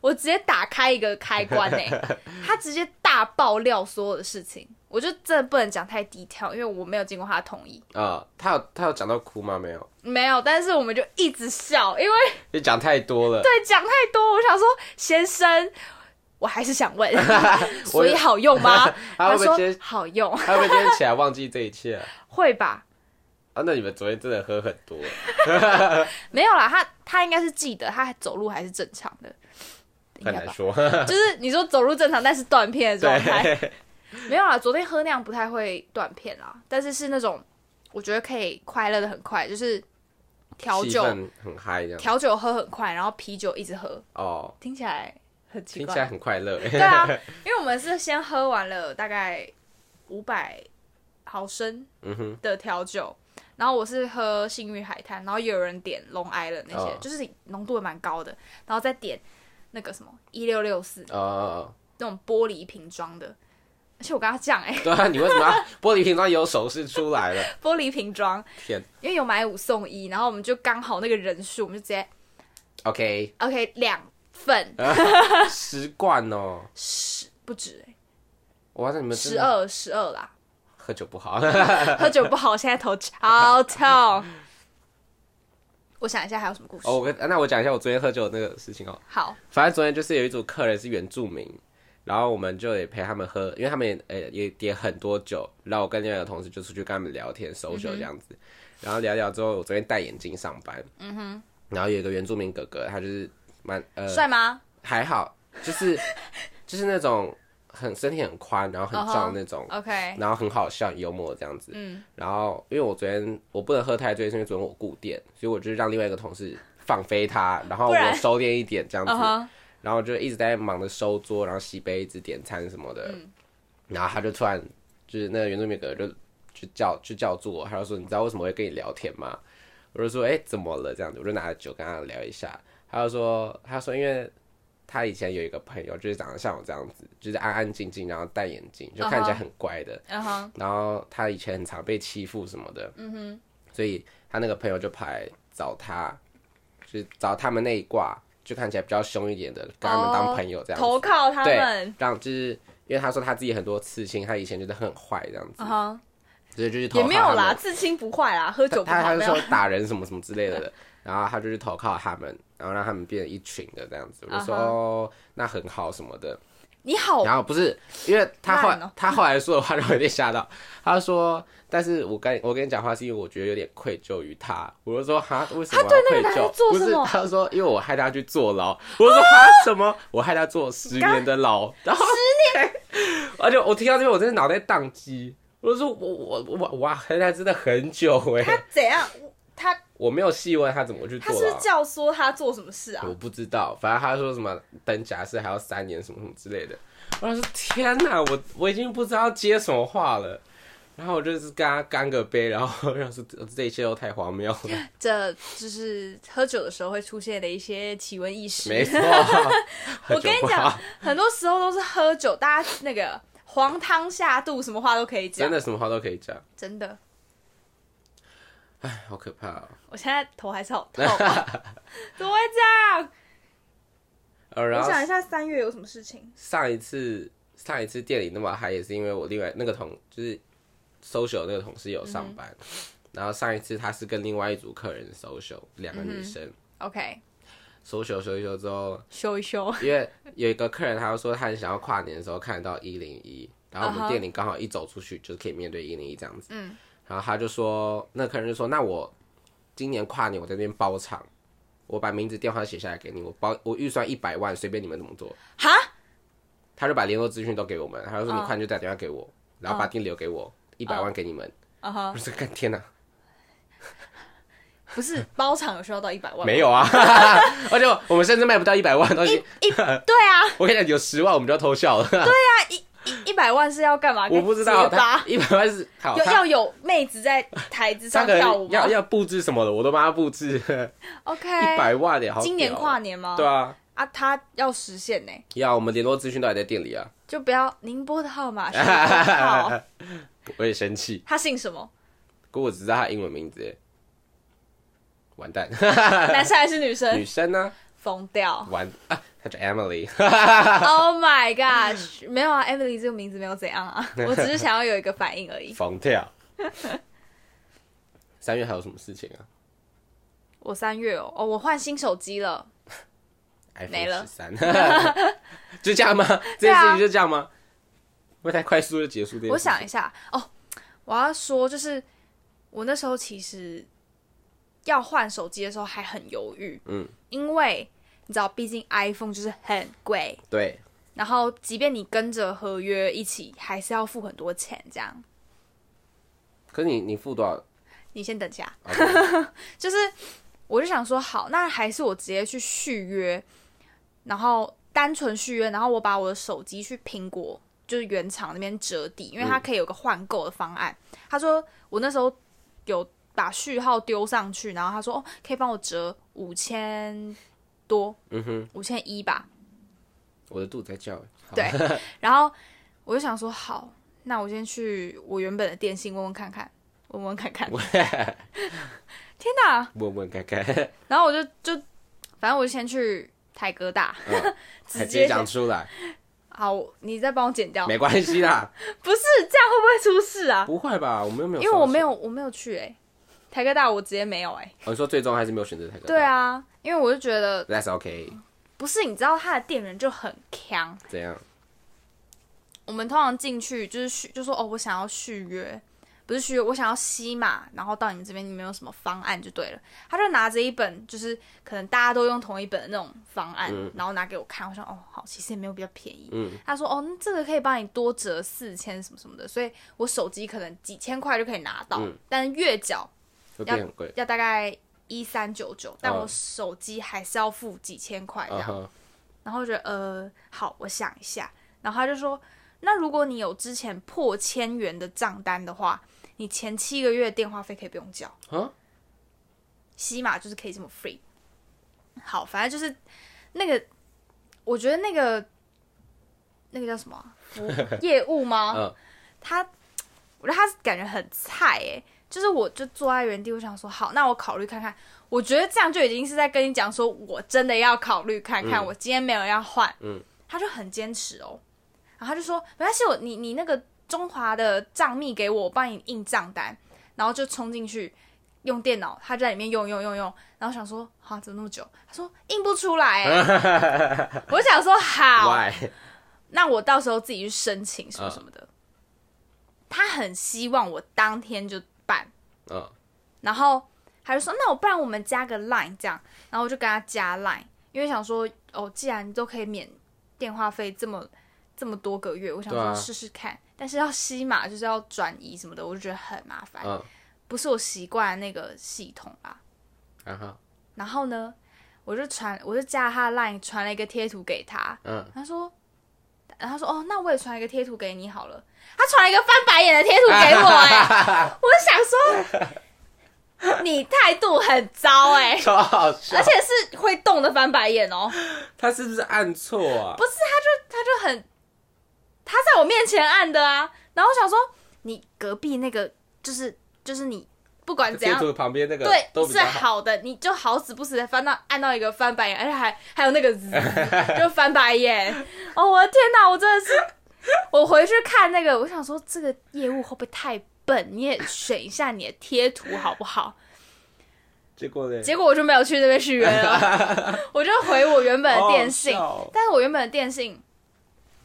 Speaker 1: 我直接打开一个开关呢、
Speaker 3: [LAUGHS]
Speaker 1: 他直接大爆料所有的事情，我就真的不能讲太 detail，因为我没有经过他的同意，
Speaker 3: 啊，她有她有讲到哭吗？没有，
Speaker 1: 没有，但是我们就一直笑，因为
Speaker 3: 就讲太多了。
Speaker 1: 对讲太多，我想说先生。我还是想
Speaker 3: [LAUGHS]
Speaker 1: 问，所以好用吗？
Speaker 3: 他
Speaker 1: 他
Speaker 3: 会不
Speaker 1: 说
Speaker 3: 会今天，
Speaker 1: 好用，
Speaker 3: 她会不会今天起来忘记这一切啊？
Speaker 1: 会吧？
Speaker 3: 啊，那你们昨天真的喝很多，
Speaker 1: 没有啦，他他应该是记得，他走路还是正常的，应
Speaker 3: 很
Speaker 1: 该
Speaker 3: 难
Speaker 1: 吧？
Speaker 3: 说。 [LAUGHS]
Speaker 1: 就是你说走路正常，但是断片的状态，
Speaker 3: 对，
Speaker 1: 没有啦，昨天喝那样不太会断片啦，但是是那种我觉得可以快乐的很快，就是调
Speaker 3: 气
Speaker 1: 酒
Speaker 3: 氛很嗨这样。
Speaker 1: 调酒喝很快，然后啤酒一直喝，
Speaker 3: 哦，
Speaker 1: 听起来很奇
Speaker 3: 听起来
Speaker 1: 怪。
Speaker 3: 很快乐。
Speaker 1: 对
Speaker 3: [LAUGHS]
Speaker 1: 啊，因为我们是先喝完了大概五百毫升
Speaker 3: 嗯哼，
Speaker 1: 的调酒，然后我是喝幸运海滩，然后也有人点 Long Island 那些，
Speaker 3: 哦
Speaker 1: 就是浓度也蛮高的，然后再点那个什么一六六四
Speaker 3: 哦哦，
Speaker 1: 那种玻璃瓶装的，而且我跟他讲哎、
Speaker 3: 哦对啊，你为什么要 [LAUGHS] 玻璃瓶装有手势出来了？
Speaker 1: [LAUGHS] 玻璃瓶装。
Speaker 3: 天
Speaker 1: 因为有买五送一，然后我们就刚好那个人数，我们就直接
Speaker 3: ，OK，
Speaker 1: OK 两份
Speaker 3: 呃十罐哦，
Speaker 1: 十不止哎、
Speaker 3: 哇，那你们真
Speaker 1: 十
Speaker 3: 的
Speaker 1: 二十二啦，
Speaker 3: 喝酒不好。 [LAUGHS]
Speaker 1: 喝酒不好，现在头超痛。我想一下还有什么故事。
Speaker 3: 哦，我跟那我讲一下我昨天喝酒的那个事情哦。
Speaker 1: 好，
Speaker 3: 反正昨天就是有一组客人是原住民，然后我们就也陪他们喝，因为他们也呃也点很多酒，然后我跟另外一个同事就出去跟他们聊天、熟
Speaker 1: 嗯
Speaker 3: 酒这样子，然后聊聊之后，我昨天戴眼镜上班，嗯哼，然后有一个原住民哥哥，他就是蛮呃
Speaker 1: 帅吗？
Speaker 3: 还好，就是就是那种很身体很宽，然后
Speaker 1: 嗯
Speaker 3: 很壮
Speaker 1: 哼
Speaker 3: 那种
Speaker 1: ，OK，
Speaker 3: 然后很好笑、很幽默这样子。
Speaker 1: 嗯，
Speaker 3: 然后因为我昨天我不能喝太醉，是因为昨天我顾店，所以我就是让另外一个同事放飞他，然后
Speaker 1: 不然
Speaker 3: 我收敛一点这样子。
Speaker 1: 嗯哼，
Speaker 3: 然后我就一直在忙着收桌，然后洗杯子、点餐什么的。
Speaker 1: 嗯
Speaker 3: 然后他就突然就是那个原住民哥就就叫就叫住我，他就说：“你知道为什么会跟你聊天吗？”我就说：“哎、怎么了？”这样子，我就拿着酒跟他聊一下。他就说：“他说因为他以前有一个朋友，就是长得像我这样子，就是安安静静，然后戴眼镜，就看起来很乖的。
Speaker 1: 嗯哼，
Speaker 3: 然后他以前很常被欺负什么的，嗯哼，所以他那个朋友就跑来找他，就是找他们那一挂，就看起来比较凶一点的，跟他们当朋友这样子，
Speaker 1: 哦投靠他
Speaker 3: 对
Speaker 1: 们，，
Speaker 3: 让就是因为他说他自己很多刺青，他以前就是很坏这样子，
Speaker 1: 嗯哼，
Speaker 3: 所以就去投
Speaker 1: 也
Speaker 3: 靠
Speaker 1: 没有
Speaker 3: 他们
Speaker 1: 啦，自清不坏啦，喝酒不
Speaker 3: 他
Speaker 1: 好
Speaker 3: 他就
Speaker 1: 没有
Speaker 3: 说。打人什么什么之类的，然后他就去投靠他们，然后让他们变成一群的这样子，我就说、
Speaker 1: 啊哈
Speaker 3: 哦，那很好什么的，
Speaker 1: 你好，
Speaker 3: 然后不是，因为他后来、
Speaker 1: 烂哦
Speaker 3: 他后来说的话让我有点吓到。他说：“但是我跟我跟你讲话是因为我觉得有点愧疚于他。”我就说：“哈，为什么
Speaker 1: 他对
Speaker 3: 要
Speaker 1: 那
Speaker 3: 愧
Speaker 1: 个男
Speaker 3: 疚
Speaker 1: 的？”做
Speaker 3: 不
Speaker 1: 什
Speaker 3: 是
Speaker 1: 么，
Speaker 3: 他说：“因为我害他去坐牢。”我说：“哈什么？我害他坐十年的牢？然后十年？而且我听到这边，我真的脑袋宕机。我就说：“我我我我害他真的很久哎、
Speaker 1: 他怎样？他
Speaker 3: 我没有细问他怎么去
Speaker 1: 他
Speaker 3: 坐
Speaker 1: 是不
Speaker 3: 牢
Speaker 1: 是。”教唆他做什么事啊
Speaker 3: 我？不知道，反正他说什么等假释还要三年什么什么之类的。我想说天哪，我我已经不知道接什么话了。然后我就是跟他干个杯，然后我想说这这一切都太荒谬
Speaker 1: [LAUGHS]
Speaker 3: 了，
Speaker 1: 这就是喝酒的时候会出现的一些奇闻异事。
Speaker 3: 没错。
Speaker 1: [LAUGHS] 我跟你讲，很多时候都是喝酒，大家那个黄汤下肚，什么话都可以讲
Speaker 3: 真，的什么话都可以讲，
Speaker 1: 真的。
Speaker 3: 哎好可怕哦。
Speaker 1: 我现在头还是好
Speaker 3: [LAUGHS]
Speaker 1: 痛啊、怎么会这样？
Speaker 3: 呃，
Speaker 1: [LAUGHS]
Speaker 3: 然
Speaker 1: 我
Speaker 3: 后
Speaker 1: 想一下，三月有什么事情？
Speaker 3: 上一次上一次店里那么嗨，也是因为我另外那个同就是 social 那个同事有上班，
Speaker 1: 嗯
Speaker 3: 然后上一次他是跟另外一组客人 social，两个女
Speaker 1: 嗯
Speaker 3: 生
Speaker 1: OK，
Speaker 3: social social 一 social 之后，
Speaker 1: 修一修。
Speaker 3: 因为有一个客人，他就说他很想要跨年的时候看得到一零一，然后我
Speaker 1: 啊哈
Speaker 3: 们店里刚好一走出去就是可以面对一零一这样子。
Speaker 1: 嗯，
Speaker 3: 然后他就说，那客人就说，那我今年跨年我在那边包场，我把名字电话写下来给你，我包我预算一百万，随便你们怎么做。
Speaker 1: 哈，
Speaker 3: 他就把联络资讯都给我们，他就说
Speaker 1: 嗯
Speaker 3: 你快点就打电话给我，然后把店留给我，一百万给你们。
Speaker 1: 啊
Speaker 3: 我
Speaker 1: 哈，
Speaker 3: 说，干天哪，
Speaker 1: [LAUGHS] 不是包场有需要到一百万吗？
Speaker 3: 没有啊， [LAUGHS] 而且我们甚至卖不到一百万的东
Speaker 1: 一
Speaker 3: 西，
Speaker 1: 一对啊，
Speaker 3: 我跟你讲，有十万我们就要偷笑了。
Speaker 1: 一一百万是要干嘛？
Speaker 3: 我不知道
Speaker 1: 结巴
Speaker 3: 他一百万是好，
Speaker 1: 有
Speaker 3: 他
Speaker 1: 要有妹子在台子
Speaker 3: 他
Speaker 1: 上
Speaker 3: 可
Speaker 1: 跳舞
Speaker 3: 能要
Speaker 1: 吗
Speaker 3: 要布置什么的，我都帮他
Speaker 1: [LAUGHS]
Speaker 3: 布置
Speaker 1: ？OK，
Speaker 3: 一百万耶，好屌哦
Speaker 1: 今年哎跨年吗？
Speaker 3: 对啊，
Speaker 1: 啊，他要实现呢，
Speaker 3: 要我们联络资讯都还在店里啊，，
Speaker 1: 就不要宁波的号码是多号
Speaker 3: 我也生气，
Speaker 1: 他姓什
Speaker 3: [LAUGHS]
Speaker 1: 么？
Speaker 3: 可我只知道他英文名字耶，完
Speaker 1: [LAUGHS]
Speaker 3: 蛋，
Speaker 1: 男生还是女
Speaker 3: 女
Speaker 1: 生？
Speaker 3: 生呢？
Speaker 1: 疯掉
Speaker 3: 完啊，她叫 Emily，
Speaker 1: ！Oh my
Speaker 3: [LAUGHS]
Speaker 1: god！没有啊，Emily 这个名字没有怎样啊，我只是想要有一个反应而已。
Speaker 3: 疯跳。三月还有什么事情啊
Speaker 1: 我三月哦，哦，我换新手机了，没
Speaker 3: ？iPhone
Speaker 1: 了啊
Speaker 3: 十三， [LAUGHS] 就这样吗？这件事情就这样吗？会不会太快速就结束这件事情？
Speaker 1: 我想一下哦，我要说就是我那时候其实要换手机的时候还很犹豫，
Speaker 3: 嗯，
Speaker 1: 因为你知道，毕竟 iPhone 就是很贵，
Speaker 3: 对，
Speaker 1: 然后即便你跟着合约一起，还是要付很多钱这样。
Speaker 3: 可是你你付多少？
Speaker 1: 你先等一下 [LAUGHS]
Speaker 3: OK
Speaker 1: 就是我就想说，好，那还是我直接去续约，然后单纯续约，然后我把我的手机去苹果就是原厂那边折抵，因为
Speaker 3: 嗯
Speaker 1: 它可以有个换购的方案。他说我那时候有把序号丢上去，然后他说哦，可以帮我折五千多，
Speaker 3: 嗯哼，
Speaker 1: 五千一吧，
Speaker 3: 我的肚子在叫。好
Speaker 1: 对，然后我就想说，好，那我先去我原本的电信问问看看，问问看看。天哪！
Speaker 3: 问问看看， [LAUGHS]
Speaker 1: 然后我就就，反正我就先去台哥大，[LAUGHS]
Speaker 3: 直
Speaker 1: 直
Speaker 3: 接
Speaker 1: 接
Speaker 3: 嗯讲出来，
Speaker 1: 好，你再帮我剪 [LAUGHS] 掉。
Speaker 3: 没关系啦，
Speaker 1: 不是这样会不会出事啊？
Speaker 3: [LAUGHS] 不会吧？我们又没有，
Speaker 1: 因为我没，有我没有去哎、台哥大我直接没有哎、
Speaker 3: 我哦说最终还是没有选择台哥。
Speaker 1: 对啊，因为我就觉得
Speaker 3: ，That's OK。
Speaker 1: 不是，你知道他的店员就很强。
Speaker 3: 怎样？
Speaker 1: 我们通常进去就是续，就说哦，我想要续约，不是虚我想要西马，然后到你们这边，你们有什么方案就对了。他就拿着一本，就是可能大家都用同一本的那种方案，然后拿给我看。我说哦，好，其实也没有比较便宜。
Speaker 3: 嗯
Speaker 1: 他说哦，那这个可以帮你多折四千什么什么的，所以我手机可能几千块就可以拿到，
Speaker 3: 嗯
Speaker 1: 但是月缴
Speaker 3: 会变很贵。
Speaker 1: 要大概一三九九，但
Speaker 3: 嗯
Speaker 1: 我手机还是要付几千块这
Speaker 3: 啊
Speaker 1: 样。
Speaker 3: 哈，
Speaker 1: 然后我觉得呃，好，我想一下。然后他就说，那如果你有之前破千元的账单的话，你前七个月电话费可以不用交。
Speaker 3: 啊，
Speaker 1: 西马就是可以这么 free。好，反正就是那个，我觉得那个那个叫什么啊、服
Speaker 3: [LAUGHS]
Speaker 1: 业务吗？
Speaker 3: 嗯
Speaker 1: 他，我觉得他感觉很菜哎、就是我就坐在原地，我想说好，那我考虑看看。我觉得这样就已经是在跟你讲说，我真的要考虑看看，
Speaker 3: 嗯
Speaker 1: 我今天没有要换。
Speaker 3: 嗯，
Speaker 1: 他就很坚持哦，然后他就说没关系，我你你那个中华的账密给我，我帮你印账单，然后就冲进去。用电脑，他在里面用用用用，然后想说，哈、怎么那么久？他说印不出来、欸，我想说好，
Speaker 3: [LAUGHS] why？
Speaker 1: 那我到时候自己去申请什么什么的。他很希望我当天就办，
Speaker 3: 嗯
Speaker 1: 然后他就说：“那我不然我们加个 Line 这样。”然后我就跟他加 Line，因为想说哦，既然都可以免电话费这么这么多个月，我想
Speaker 3: 对
Speaker 1: 说
Speaker 3: 啊
Speaker 1: 试试看。但是要吸码就是要转移什么的，我就觉得很麻烦，
Speaker 3: 嗯，
Speaker 1: 不是我习惯那个系统啦。
Speaker 3: 然后
Speaker 1: 然后呢，我就传，我就加了他的 Line 传了一个贴图给他，
Speaker 3: 嗯， [LAUGHS]
Speaker 1: 他说，然后他说哦，那我也传一个贴图给你好了。他传了一个翻白眼的贴图给我、哎，我就想说，你态度很糟哎、
Speaker 3: 超好笑
Speaker 1: 而。且是会动的翻白眼哦，
Speaker 3: 他是不是按错啊？
Speaker 1: 不是，他就他就很，他在我面前按的啊。然后我想说，你隔壁那个就是就是你不管怎
Speaker 3: 贴
Speaker 1: 样，
Speaker 3: 图旁边那个都
Speaker 1: 对，
Speaker 3: 比
Speaker 1: 是啊
Speaker 3: 较好。
Speaker 1: 好的，你就好死不死的翻到按到一个翻白眼，而且还还有那个
Speaker 3: [LAUGHS]
Speaker 1: 滋就翻白眼。哦，我的天哪，我真的是，我回去看那个，我想说这个业务会不会太笨？你也选一下你的贴图好不好？
Speaker 3: 结果呢？
Speaker 1: 结果我就没有去那边续约了，
Speaker 3: [LAUGHS]
Speaker 1: 我就回我原本的电信
Speaker 3: 好好笑哦。
Speaker 1: 但是我原本的电信，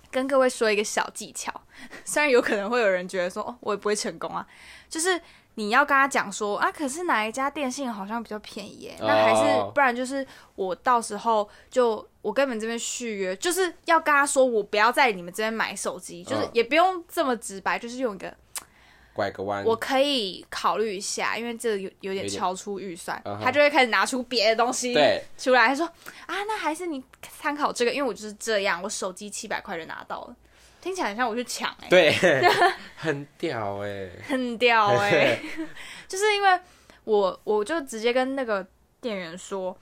Speaker 1: 跟各位说一个小技巧， [LAUGHS] 虽然有可能会有人觉得说，哦，我也不会成功啊，就是你要跟他讲说啊，可是哪一家电信好像比较便宜耶，
Speaker 3: 哦
Speaker 1: 那还是不然就是我到时候就我跟你们这边续约，就是要跟他说我不要在你们这边买手机，就是
Speaker 3: 嗯
Speaker 1: 也不用这么直白，就是用一个
Speaker 3: 拐个弯。
Speaker 1: 我可以考虑一下，因为这有有点
Speaker 3: 有点
Speaker 1: 超出预算
Speaker 3: 嗯，哼
Speaker 1: 他就会开始拿出别的东西
Speaker 3: 对，
Speaker 1: 出来，他说啊，那还是你参考这个，因为我就是这样，我手机七百块就拿到了，听起来很像我去抢哎、 [LAUGHS]
Speaker 3: 对，很屌哎。
Speaker 1: 很屌哎、
Speaker 3: [LAUGHS]
Speaker 1: 就是因为我我就直接跟那个店员说，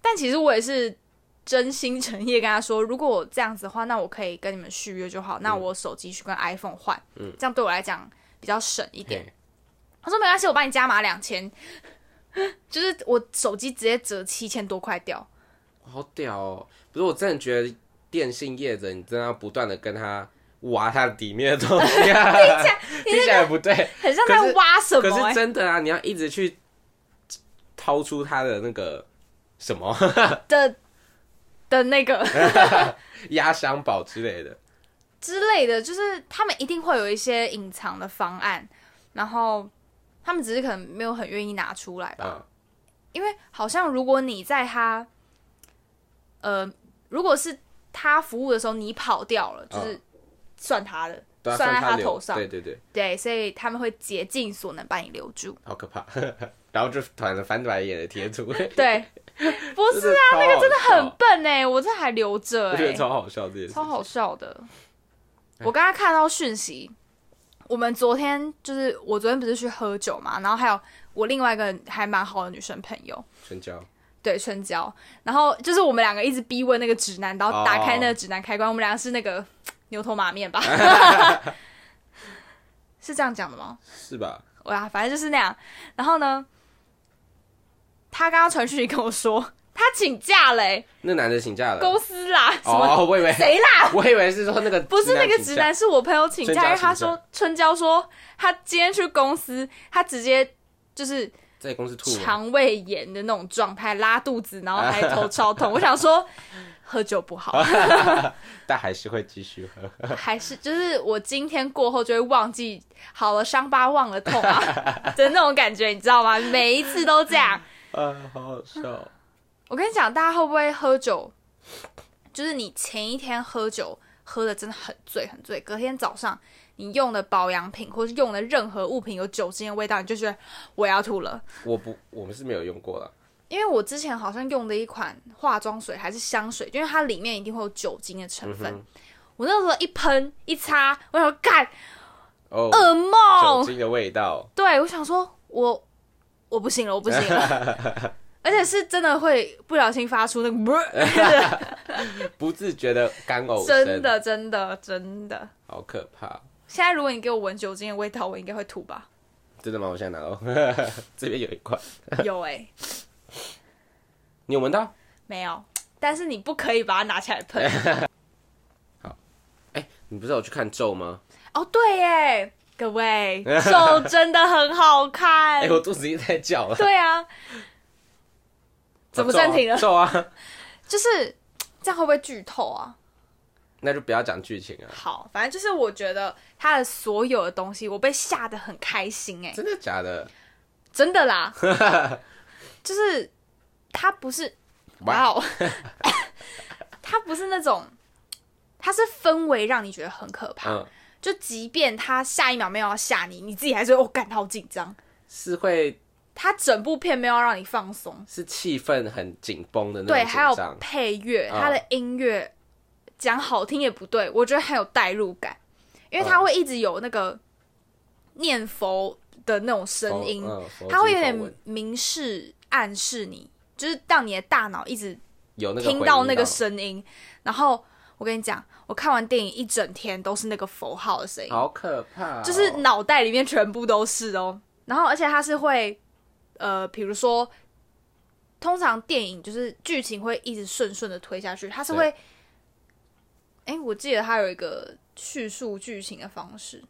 Speaker 1: 但其实我也是真心诚意地跟他说，如果我这样子的话，那我可以跟你们续约就好，那我手机去跟 iPhone 换，
Speaker 3: 嗯
Speaker 1: 这样对我来讲比较省一点。
Speaker 3: 嘿
Speaker 1: 他说没关系，我帮你加码两千， [LAUGHS] 就是我手机直接折七千多块掉。
Speaker 3: 好屌哦！不是，我真的觉得电信业者，你真的要不断的跟他挖他里面的东西
Speaker 1: [LAUGHS]
Speaker 3: 啊， [LAUGHS] 听起来不对，
Speaker 1: 很像在挖什
Speaker 3: 可
Speaker 1: 么、
Speaker 3: 是
Speaker 1: 欸？
Speaker 3: 真的啊，你要一直去掏出他的那个什么 [LAUGHS]
Speaker 1: 的的那个 [LAUGHS]
Speaker 3: 压箱宝之类的，
Speaker 1: 之类的，就是他们一定会有一些隐藏的方案，然后他们只是可能没有很愿意拿出来吧，
Speaker 3: 啊，
Speaker 1: 因为好像如果你在他，呃，如果是他服务的时候你跑掉
Speaker 3: 啊
Speaker 1: 了，就是算他的，
Speaker 3: 都要
Speaker 1: 算在
Speaker 3: 啊他
Speaker 1: 他
Speaker 3: 留
Speaker 1: 头上
Speaker 3: 对对对，
Speaker 1: 对，所以他们会竭尽所能把你留
Speaker 3: [LAUGHS]
Speaker 1: 住。
Speaker 3: 好可怕。然后就团了翻白眼的贴 [LAUGHS] 图，
Speaker 1: 对，不是
Speaker 3: 真的超好笑，那个真的
Speaker 1: 很笨哎、我这还留着
Speaker 3: 我
Speaker 1: 哎、
Speaker 3: 觉得超好笑这件事
Speaker 1: 超好笑的。我刚刚看到讯息，我们昨天就是我昨天不是去喝酒嘛，然后还有我另外一个还蛮好的女生朋友，
Speaker 3: 春娇，
Speaker 1: 对春娇，然后就是我们两个一直逼问那个指南，然后打开那个指南开关，我们两个是那个牛头马面吧， [LAUGHS] 是这样讲的吗？
Speaker 3: 是吧？
Speaker 1: 哇，反正就是那样。然后呢，他刚刚传讯息跟我说他请假嘞、
Speaker 3: 那男的请假了，
Speaker 1: 公司啦，什么、
Speaker 3: 哦，我以为
Speaker 1: 谁啦？
Speaker 3: [LAUGHS] 我以为是说那个
Speaker 1: 不是那个
Speaker 3: 请
Speaker 1: 直
Speaker 3: 假
Speaker 1: 男，是我朋友请
Speaker 3: 春娇
Speaker 1: 假，因为他
Speaker 3: 请假
Speaker 1: 说春娇说他今天去公司，他直接就是
Speaker 3: 在公司吐了，
Speaker 1: 肠胃炎的那种状态，拉肚子，然后还头超痛。我想说，喝酒不好，
Speaker 3: 但还是会继续喝。
Speaker 1: 还是就是我今天过后就会忘记好了，伤疤忘了痛啊的那种感觉，你知道吗？每一次都这样。
Speaker 3: [LAUGHS] 啊，好好笑哦。
Speaker 1: 我跟你讲，大家会不会喝酒？就是你前一天喝酒喝的真的很醉很醉，隔天早上你用的保养品或是用的任何物品有酒精的味道，你就觉得我要吐了。
Speaker 3: 我不，我们是没有用过了。
Speaker 1: 因为我之前好像用的一款化妆水还是香水，因为它里面一定会有酒精的
Speaker 3: 嗯
Speaker 1: 成分。我那时候一喷一擦，我想说干
Speaker 3: 哦，
Speaker 1: 噩
Speaker 3: 酒
Speaker 1: 梦，
Speaker 3: 精的味道，
Speaker 1: 对我想说我我不行了，我不行了，而且是真的会不小心发出那个， [LAUGHS]
Speaker 3: 不自觉的干呕声，
Speaker 1: 真的真的真的。
Speaker 3: 好可怕。
Speaker 1: 现在如果你给我闻酒精的味道，我应该会吐
Speaker 3: [LAUGHS]
Speaker 1: 吧？
Speaker 3: 真的吗？我现在拿到哦 [LAUGHS] 这边有一块，
Speaker 1: 有哎、
Speaker 3: 你有闻到？
Speaker 1: 没有，但是你不可以把它拿起来
Speaker 3: [LAUGHS]
Speaker 1: 喷。
Speaker 3: 哎、你不是有去看咒吗？
Speaker 1: 哦，对耶，各
Speaker 3: [LAUGHS]
Speaker 1: 位，手真的很好看
Speaker 3: 哎、。我肚子一直在叫了。
Speaker 1: [LAUGHS] 对啊， [LAUGHS] 怎么暂停了
Speaker 3: 啊咒啊，咒 [LAUGHS] 啊
Speaker 1: 就是这样会不会剧透啊？
Speaker 3: 那就不要讲剧情啊。
Speaker 1: 好，反正就是我觉得他的所有的东西，我被吓得很开心哎、
Speaker 3: 真的假的？
Speaker 1: 真的
Speaker 3: [LAUGHS]
Speaker 1: 啦，就是他不是哇哦， [LAUGHS] 他不是那种，他是氛围让你觉得很可怕，
Speaker 3: 嗯，
Speaker 1: 就即便他下一秒没有要吓你，你自己还是会哦，感到紧张。
Speaker 3: 是会
Speaker 1: 他整部片没有让你放松，
Speaker 3: 是气氛很紧绷的那种
Speaker 1: 对，还有
Speaker 3: 紧张。
Speaker 1: 配乐，
Speaker 3: 嗯
Speaker 1: 他的音乐讲好听也不对，我觉得很有代入感，因为他会一直有那个念佛的那种声音，
Speaker 3: 佛嗯佛
Speaker 1: 他会
Speaker 3: 经
Speaker 1: 有
Speaker 3: 佛文
Speaker 1: 点明示暗示你，就是让你的大脑一直
Speaker 3: 有那个
Speaker 1: 听
Speaker 3: 回
Speaker 1: 到
Speaker 3: 音哦
Speaker 1: 那个声音。然后我跟你讲，我看完电影一整天都是那个佛号的声音，
Speaker 3: 好可怕哦、
Speaker 1: 就是脑袋里面全部都是哦。然后而且它是会，呃，比如说，通常电影就是剧情会一直顺顺的推下去，它是
Speaker 3: 对
Speaker 1: 会，哎、我记得它有一个叙述剧情的方式，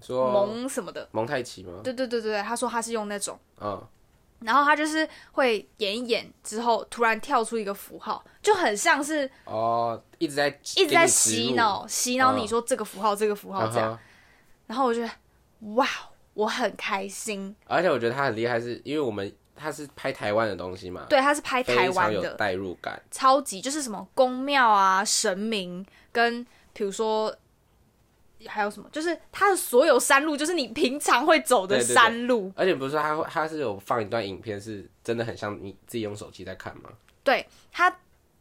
Speaker 3: 说
Speaker 1: 蒙什么的，
Speaker 3: 蒙太奇吗？
Speaker 1: 对对对对，对他说他是用那种。
Speaker 3: 嗯，
Speaker 1: 然后他就是会演一演之后，突然跳出一个符号，就很像是
Speaker 3: 哦，一直在
Speaker 1: 一
Speaker 3: 一
Speaker 1: 直在洗脑，洗脑
Speaker 3: 嗯
Speaker 1: 你说这个符号、这个符号这样。然后我觉得，哇，哦我很开心。
Speaker 3: 而且我觉得他很厉害是，因为我们他是拍台湾的东西嘛，
Speaker 1: 对，他是拍台
Speaker 3: 非常
Speaker 1: 湾
Speaker 3: 有
Speaker 1: 的，
Speaker 3: 代入感。
Speaker 1: 超级就是什么宫庙啊、神明跟比如说还有什么，就是他的所有山路，就是你平常会走的
Speaker 3: 对对对
Speaker 1: 山路。
Speaker 3: 而且不是说他会他是有放一段影片，是真的很像你自己用手机在看吗？
Speaker 1: 对他，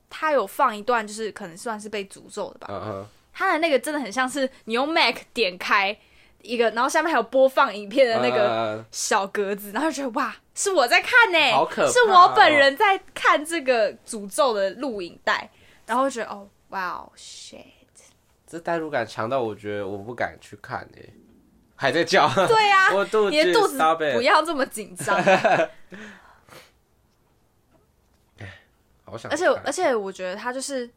Speaker 1: 他有放一段，就是可能算是被诅咒的吧。
Speaker 3: 嗯哼，
Speaker 1: 它的那个真的很像是你用 Mac 点开一个，然后下面还有播放影片的那个
Speaker 3: 个
Speaker 1: 小格子，然后就觉得哇，是我在看呢、
Speaker 3: 好可怕哦
Speaker 1: 是我本人在看这个诅咒的录影带，然后就觉得哦，哇哦，shit，
Speaker 3: 这代入感强到我觉得我不敢去看诶、还在叫，
Speaker 1: 对呀、
Speaker 3: [LAUGHS] 我肚
Speaker 1: 你的肚子
Speaker 3: stop
Speaker 1: 不
Speaker 3: it，
Speaker 1: 要这么紧张， [LAUGHS]
Speaker 3: 好想
Speaker 1: 而
Speaker 3: 看，
Speaker 1: 且而且我觉得它就是。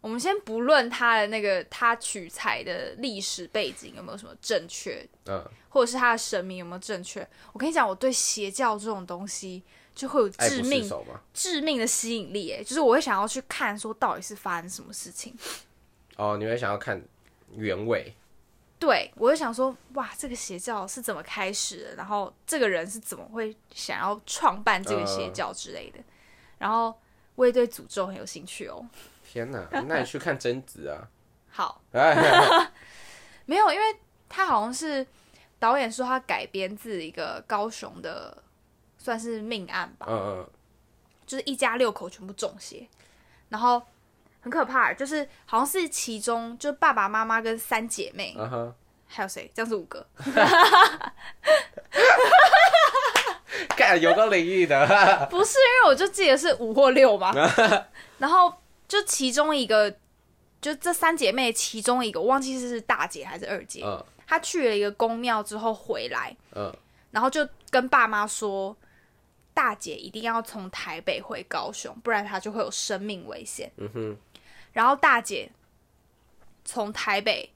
Speaker 1: 我们先不论它的那个它取材的历史背景有没有什么正确，
Speaker 3: 嗯，
Speaker 1: 或者是他的神明有没有正确。我跟你讲，我对邪教这种东西就会有
Speaker 3: 爱
Speaker 1: 致
Speaker 3: 不释
Speaker 1: 命、
Speaker 3: 手嘛。
Speaker 1: 致命的吸引力，哎，就是我会想要去看，说到底是发生什么事情。
Speaker 3: 哦，你会想要看原委，
Speaker 1: 对，我会想说，哇，这个邪教是怎么开始的？然后这个人是怎么会想要创办这个邪教之类的？然后我也对诅咒很有兴趣哦。[LAUGHS]
Speaker 3: 天哪，那你去看贞子啊，
Speaker 1: 好，
Speaker 3: 哎，
Speaker 1: 没有，因为他好像是导演说他改编自一个高雄的，算是命案吧。
Speaker 3: 嗯嗯，
Speaker 1: 就是一家六口全部中邪，然后很可怕，就是好像是其中就爸爸妈妈跟三姐妹，
Speaker 3: 嗯哼，
Speaker 1: 还有谁？这样是五个，
Speaker 3: 干有个灵
Speaker 1: [LAUGHS]
Speaker 3: 异的，
Speaker 1: 不是因为我就记得是五或六嘛，然后就其中一个，就这三姐妹其中一个，我忘记是大姐还是二姐，
Speaker 3: 嗯
Speaker 1: 她去了一个宫庙之后回来，
Speaker 3: 嗯，
Speaker 1: 然后就跟爸妈说。大姐一定要从台北回高雄，不然她就会有生命危险。
Speaker 3: 嗯哼，
Speaker 1: 然后大姐从台北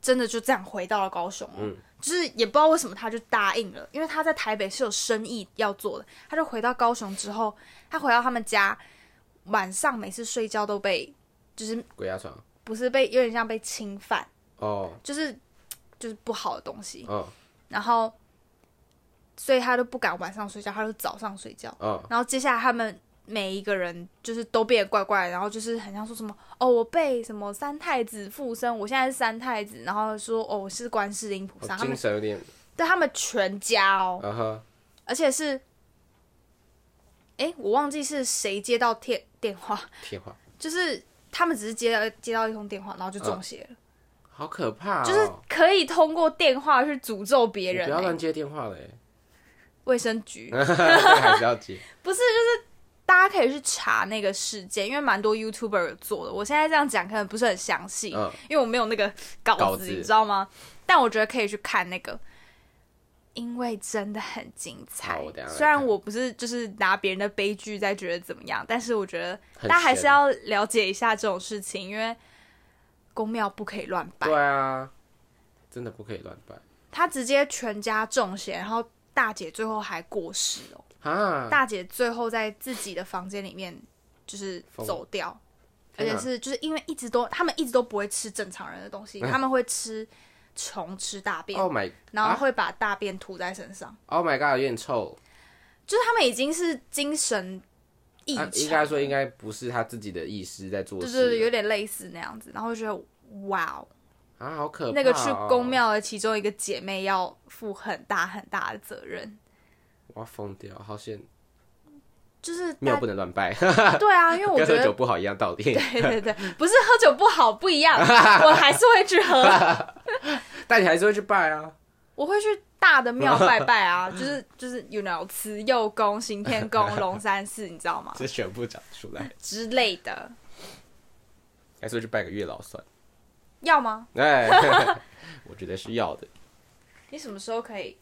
Speaker 1: 真的就这样回到了高雄、嗯，就是也不知道为什么她就答应了，因为她在台北是有生意要做的，她就回到高雄之后，她回到他们家，晚上每次睡觉都被，就是
Speaker 3: 鬼压床。
Speaker 1: 不是被有点像被侵犯，
Speaker 3: 哦
Speaker 1: 就是就是不好的东西，
Speaker 3: 哦
Speaker 1: 然后所以他都不敢晚上睡觉，他就早上睡觉。
Speaker 3: 哦，
Speaker 1: 然后接下来他们每一个人就是都变得怪怪的，然后就是很像说什么哦，我被什么三太子附身，我现在是三太子，然后说哦我是观世音菩萨，
Speaker 3: 我
Speaker 1: 他
Speaker 3: 精
Speaker 1: 们
Speaker 3: 神有点，
Speaker 1: 对他们全家哦，
Speaker 3: 啊哈，
Speaker 1: 而且是，诶，我忘记是谁接到电电话，
Speaker 3: 天话，
Speaker 1: 就是他们只是接到接到一通电话，然后就中邪了，
Speaker 3: 好可嗯怕哦！
Speaker 1: 就是可以通过电话去诅咒别
Speaker 3: 你
Speaker 1: 人、
Speaker 3: 不要
Speaker 1: 欸
Speaker 3: 乱。嗯接电话嘞， [LAUGHS]
Speaker 1: 卫生局
Speaker 3: 还是要
Speaker 1: [LAUGHS]
Speaker 3: 接。
Speaker 1: 不是就是。大家可以去查那个事件，因为蛮多 YouTuber 有做的。我现在这样讲可能不是很详细，
Speaker 3: 嗯，
Speaker 1: 因为我没有那个稿子，
Speaker 3: 稿子
Speaker 1: 你知道吗？但我觉得可以去看那个，因为真的很精彩
Speaker 3: 好我等一下。来
Speaker 1: 虽然
Speaker 3: 看
Speaker 1: 我不是就是拿别人的悲剧在觉得怎么样，但是我觉得
Speaker 3: 很
Speaker 1: 大家还是
Speaker 3: 闲
Speaker 1: 要了解一下这种事情，因为公庙不可以乱拜
Speaker 3: 对。啊，真的不可以乱拜
Speaker 1: 他直接全家中邪，然后大姐最后还过世哦。
Speaker 3: 啊！
Speaker 1: 大姐最后在自己的房间里面就是
Speaker 3: 疯
Speaker 1: 走掉，而
Speaker 3: 天啊
Speaker 1: 且
Speaker 3: 哪
Speaker 1: 是就是因为一直都他们一直都不会吃正常人的东
Speaker 3: 嗯
Speaker 1: 西，他们会吃虫、吃大便，
Speaker 3: Oh my
Speaker 1: 然后
Speaker 3: 啊
Speaker 1: 会把大便吐在身上，
Speaker 3: Oh my God，有点臭。
Speaker 1: 就是他们已经是精神异常
Speaker 3: 啊，应该说应该不是他自己的意识在做
Speaker 1: 就
Speaker 3: 事，
Speaker 1: 是有点类似那样子，然后就觉得哇、哦，
Speaker 3: 啊，好可怕、哦。
Speaker 1: 那个去公，庙的其中一个姐妹要负很大很大的责任，
Speaker 3: 我要疯掉，好险，
Speaker 1: 就是
Speaker 3: 庙
Speaker 1: 大
Speaker 3: 不能乱拜，
Speaker 1: 对啊，因为我
Speaker 3: 跟
Speaker 1: 觉
Speaker 3: [LAUGHS] 喝
Speaker 1: 得
Speaker 3: 酒不好一样道理。
Speaker 1: 对对对，不是喝酒不好不一样， [LAUGHS] 我还是会去喝。
Speaker 3: [LAUGHS] 但你还是会去拜啊，
Speaker 1: 我会去大的庙拜拜啊，就是就是 you know 慈幼宫、行天宫、龙山寺，你知道吗？
Speaker 3: 这全部讲出来，哎
Speaker 1: 之类的，
Speaker 3: 还是会去拜个月老算。
Speaker 1: 要吗？
Speaker 3: 哎， [LAUGHS] 我觉得是要的。
Speaker 1: 你什么时候可以？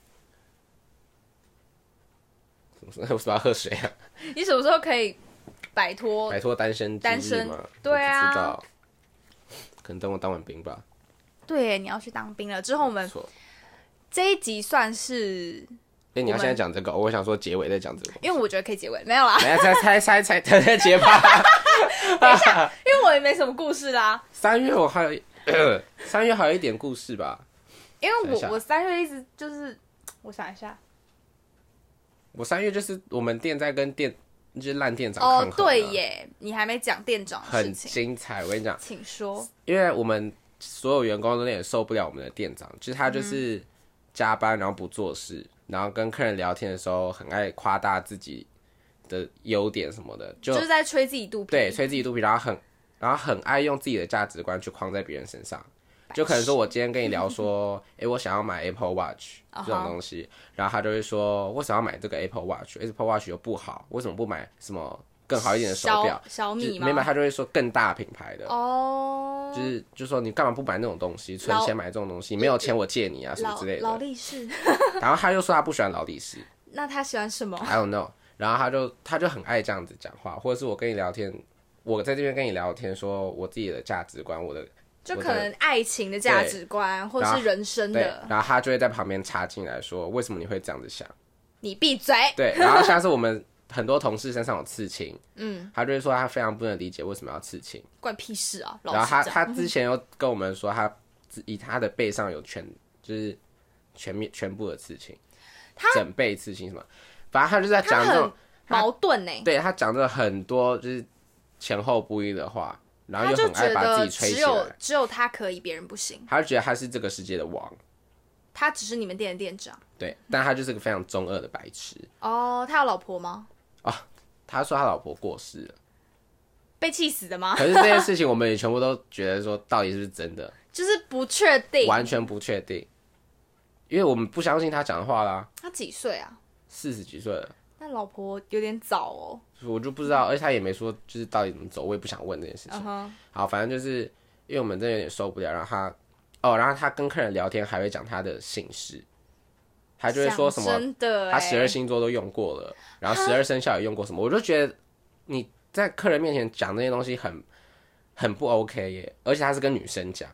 Speaker 3: 我说我是不是要喝水啊？
Speaker 1: [LAUGHS] 你什么时候可以摆脱
Speaker 3: 摆？脱单身之
Speaker 1: 单
Speaker 3: 日
Speaker 1: 身
Speaker 3: 嘛？
Speaker 1: 对啊
Speaker 3: 我不知道，可能等我当完兵吧。
Speaker 1: 对，你要去当兵了。之后我们
Speaker 3: 错。
Speaker 1: 这一集算是，
Speaker 3: 哎、你要
Speaker 1: 我们
Speaker 3: 现在讲这个，我想说结尾再讲这个。
Speaker 1: 因为我觉得可以结尾，没有啦，
Speaker 3: 来，啊猜猜猜猜，等下结巴。
Speaker 1: [LAUGHS] 因为我也没什么故事啦。
Speaker 3: 三月我还有一，三月还有一点故事吧。
Speaker 1: 因为
Speaker 3: 等一下
Speaker 1: 我我三月一直就是，我想一下，
Speaker 3: 我三月就是我们店在跟店就是烂店长
Speaker 1: 哦
Speaker 3: 抗衡、，
Speaker 1: 对，耶，你还没讲店长的
Speaker 3: 啊很
Speaker 1: 事情，
Speaker 3: 精彩。我跟你讲，
Speaker 1: 请说。
Speaker 3: 因为我们所有员工都有点受不了我们的店长，就是
Speaker 1: 嗯
Speaker 3: 他就是加班然后不做事，然后跟客人聊天的时候很爱夸大自己的优点什么的，就
Speaker 1: 就是在吹自己肚皮，
Speaker 3: 对，吹自己肚皮，然后很，然后很爱用自己的价值观去框在别人身上。就可能说，我今天跟你
Speaker 1: [LAUGHS]
Speaker 3: 聊说，诶、我想要买 Apple Watch
Speaker 1: 啊哈
Speaker 3: 这种东西然后他就会说，为什么要买这个 Apple Watch？Apple Watch 又不好，为什么不买什么更好一点的手表？
Speaker 1: 小小
Speaker 3: 就
Speaker 1: 米吗？
Speaker 3: 没买，他就会说更大品牌的
Speaker 1: 哦，
Speaker 3: 就是就说你干嘛不买那种东西，存
Speaker 1: 劳
Speaker 3: 钱买这种东西，没有钱我借你啊什么之类
Speaker 1: 劳
Speaker 3: [LAUGHS] 的。
Speaker 1: 力士，
Speaker 3: 然后他又说他不喜欢劳力士，
Speaker 1: 那他喜欢什么？
Speaker 3: I don't know。然后他就他就很爱这样子讲话，或者是我跟你聊天，我在这边跟你聊天，说我自己的价值观，我的
Speaker 1: 就可能爱情的价值观，或是人生
Speaker 3: 对，
Speaker 1: 的。
Speaker 3: 然后他就会在旁边插进来说，为什么你会这样子 [LAUGHS] 想？
Speaker 1: 你闭嘴！
Speaker 3: 对，然后像是我们很多同事身上有刺青，嗯，他就会说他非常不能理解为什么要刺青。
Speaker 1: 关屁事啊！
Speaker 3: 然
Speaker 1: 老
Speaker 3: 后
Speaker 1: 实
Speaker 3: 他
Speaker 1: 讲
Speaker 3: 他之前又跟我们说他自以他的背上有全就是全面全部的刺青，整背刺青什么，反正他就在
Speaker 1: 他
Speaker 3: 讲这种
Speaker 1: 很矛盾呢，
Speaker 3: 对他讲了很多就是前后不一的话，然后
Speaker 1: 他
Speaker 3: 又
Speaker 1: 就
Speaker 3: 很
Speaker 1: 觉
Speaker 3: 爱把自
Speaker 1: 得
Speaker 3: 己吹
Speaker 1: 只
Speaker 3: 起
Speaker 1: 有
Speaker 3: 来，
Speaker 1: 只有他可以，别人不行。
Speaker 3: 他就觉得他是这个世界的王，
Speaker 1: 他只是你们店的店长
Speaker 3: 对，但他就是个非常中二的白痴。
Speaker 1: 哦。他有老婆吗？
Speaker 3: 他说他老婆过世了，
Speaker 1: 被气死的
Speaker 3: [LAUGHS]
Speaker 1: 吗？
Speaker 3: 可是这件事情我们也全部都觉得说到底是不是真的，
Speaker 1: 就是不确定。
Speaker 3: 完全不确定，因为我们不相信他讲的话啦，
Speaker 1: 他几岁啊？
Speaker 3: 四十几岁了。
Speaker 1: 那老婆有点早哦。
Speaker 3: 我就不知道，而且他也没说就是到底怎么走，我也不想问这件事情。
Speaker 1: 嗯哼，
Speaker 3: 好，反正就是因为我们真的有点受不了，然后他哦，然后他跟客人聊天还会讲他的姓氏，他就会说什
Speaker 1: 讲
Speaker 3: 么
Speaker 1: 真的欸，
Speaker 3: 他十二星座都用过了，然后十二生肖也用过什么，我就觉得你在客人面前讲那些东西很很不 OK 耶，而且他是跟女生讲，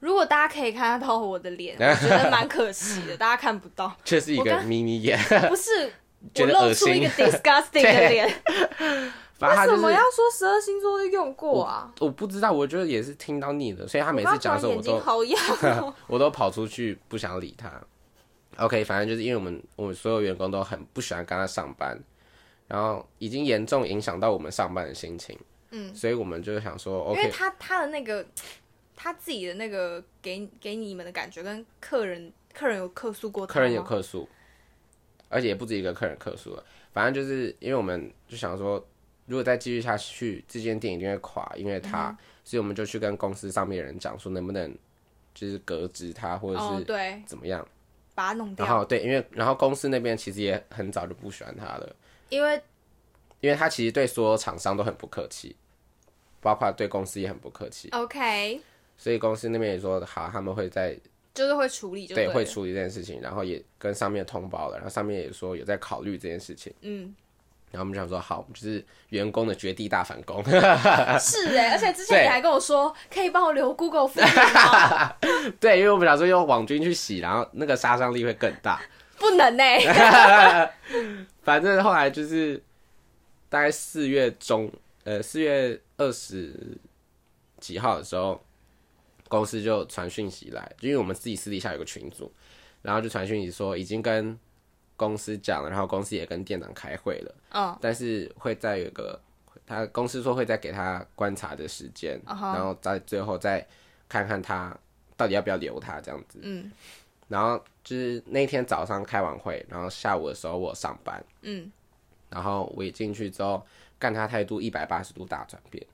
Speaker 1: 如果大家可以看得到我的
Speaker 3: [LAUGHS]
Speaker 1: 脸，我觉得蛮可惜的，大家看不到。
Speaker 3: 这是一
Speaker 1: 我
Speaker 3: 个
Speaker 1: 刚
Speaker 3: 眯眯眼，
Speaker 1: 不是
Speaker 3: 觉
Speaker 1: 我
Speaker 3: 得
Speaker 1: 露
Speaker 3: 恶
Speaker 1: 出一
Speaker 3: 心 [LAUGHS]
Speaker 1: 个 disgusting 的脸，
Speaker 3: 反正他
Speaker 1: 为
Speaker 3: 就
Speaker 1: 什
Speaker 3: 是
Speaker 1: 么要说十二星座都用过啊？
Speaker 3: 我不知道，我觉得也是听到腻了，所以他每
Speaker 1: 我
Speaker 3: 次
Speaker 1: 刚
Speaker 3: 讲的时
Speaker 1: 刚
Speaker 3: 候，
Speaker 1: 眼
Speaker 3: 我
Speaker 1: 睛好
Speaker 3: 都
Speaker 1: 痒
Speaker 3: [LAUGHS]
Speaker 1: 哦。
Speaker 3: 我都跑出去不想理他。OK，反正就是因为我们我们所有员工都很不喜欢跟他上班，然后已经严重影响到我们上班的心情。嗯，所以我们就想说
Speaker 1: 因为
Speaker 3: ，OK，
Speaker 1: 他他的那个他自己的那个给给你们的感觉，跟客人客人有客诉过他吗，
Speaker 3: 客人有客诉，而且也不止一个客人客诉了。反正就是因为我们就想说，如果再继续下去，这间店一定会垮，因为他，
Speaker 1: 嗯
Speaker 3: 所以我们就去跟公司上面的人讲说，能不能就是革职他，或者
Speaker 1: 哦，
Speaker 3: 是
Speaker 1: 对，
Speaker 3: 怎么样。
Speaker 1: 把它弄
Speaker 3: 然
Speaker 1: 掉，
Speaker 3: 后对，因为然后公司那边其实也很早就不喜欢他了，
Speaker 1: 因为
Speaker 3: 因为他其实对所有厂商都很不客气，包括对公司也很不客气，
Speaker 1: OK
Speaker 3: 所以公司那边也说好，他们会在
Speaker 1: 就是会处理就
Speaker 3: 对
Speaker 1: 了
Speaker 3: 会处理这件事情，然后也跟上面通报了，然后上面也说有在考虑这件事情， [LAUGHS]
Speaker 1: 嗯，
Speaker 3: 然后我们就想说好，我们就是员工的绝地大反攻， [LAUGHS] 啊
Speaker 1: 是哎，而且之前
Speaker 3: 对
Speaker 1: 你还跟我说可以帮我留 Google 复印
Speaker 3: [LAUGHS]
Speaker 1: 吗？
Speaker 3: 对，因为我们想说用网军去洗，然后那个杀伤力会更大，
Speaker 1: 不能欸呢，
Speaker 3: [LAUGHS] 反正后来就是大概四月中，呃，四月二十几号的时候，公司就传讯息来，就因为我们自己私底下有个群组，然后就传讯息说已经跟公司讲了，然后公司也跟店长开会了，
Speaker 1: 嗯，
Speaker 3: 但是会再有一个他公司说会再给他观察的时间
Speaker 1: 啊哈
Speaker 3: 然后再最后再看看他到底要不要留他这样子。
Speaker 1: 嗯，
Speaker 3: 然后就是那天早上开完会，然后下午的时候我上班，
Speaker 1: 嗯，
Speaker 3: 然后我一进去之后，干他态度一百八十度大转变。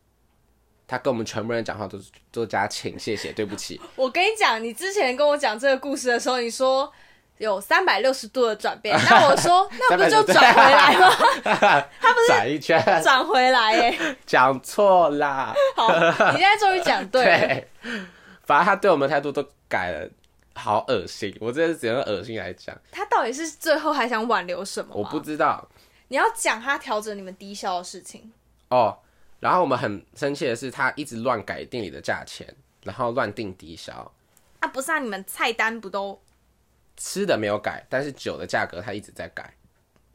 Speaker 3: 他跟我们全部人讲话都是都加请、谢谢、对不起，
Speaker 1: 我跟你讲，你之前跟我讲这个故事的时候，你说。有三百六十度的转
Speaker 3: [LAUGHS]
Speaker 1: 变，那我说 [LAUGHS] 那不就
Speaker 3: 360
Speaker 1: 转回来吗？
Speaker 3: [LAUGHS] 他不是转一圈，
Speaker 1: 转回来耶、
Speaker 3: 讲错啦。
Speaker 1: 好，你现在终于讲 [LAUGHS] 对了。
Speaker 3: [LAUGHS] 对，反正他对我们态度都改了，好恶心，我真的是只能用恶心来讲，
Speaker 1: 他到底是最后还想挽留什么吗？
Speaker 3: 我不知道
Speaker 1: 你要讲他调整你们低消的事情，
Speaker 3: 哦。然后我们很生气的是，他一直乱改店里的价钱，然后乱定低消，
Speaker 1: 啊，不是啊，你们菜单不都
Speaker 3: 吃的没有改，但是酒的价格他一直在改。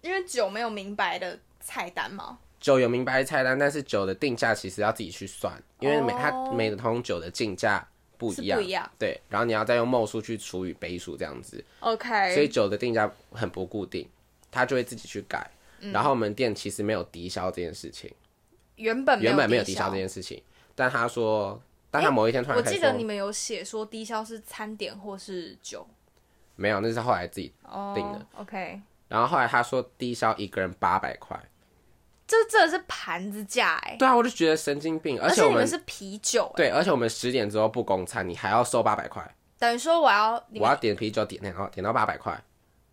Speaker 1: 因为酒没有明白的菜单吗？
Speaker 3: 酒有明白菜单，但是酒的定价其实要自己去算，因为每、
Speaker 1: 哦
Speaker 3: 它每桶酒的进价不一样，
Speaker 1: 是不一样
Speaker 3: 对，然后你要再用墨数去除以杯数这样子，
Speaker 1: ？OK，
Speaker 3: 所以酒的定价很不固定，他就会自己去改。
Speaker 1: 嗯
Speaker 3: 然后我们店其实没有低消这件事情，
Speaker 1: 原本
Speaker 3: 原本没有低
Speaker 1: 低
Speaker 3: 消这件事情，但他说，但他某一天突然
Speaker 1: 我
Speaker 3: 开始
Speaker 1: 记
Speaker 3: 说
Speaker 1: 得你们有写说低消是餐点或是酒
Speaker 3: 没有，那是后来自己，
Speaker 1: 哦
Speaker 3: 定的
Speaker 1: OK，
Speaker 3: 然后后来他说低消一个人八百块，
Speaker 1: 这这是盘子价哎、
Speaker 3: 对啊，我就觉得神经病，而
Speaker 1: 而
Speaker 3: 且我
Speaker 1: 你
Speaker 3: 们
Speaker 1: 们是啤酒哎、
Speaker 3: 对，而且我们十点之后不供餐，你还要收八百块，
Speaker 1: 等于说我要你
Speaker 3: 我
Speaker 1: 们
Speaker 3: 要点啤酒点点到点到八百块。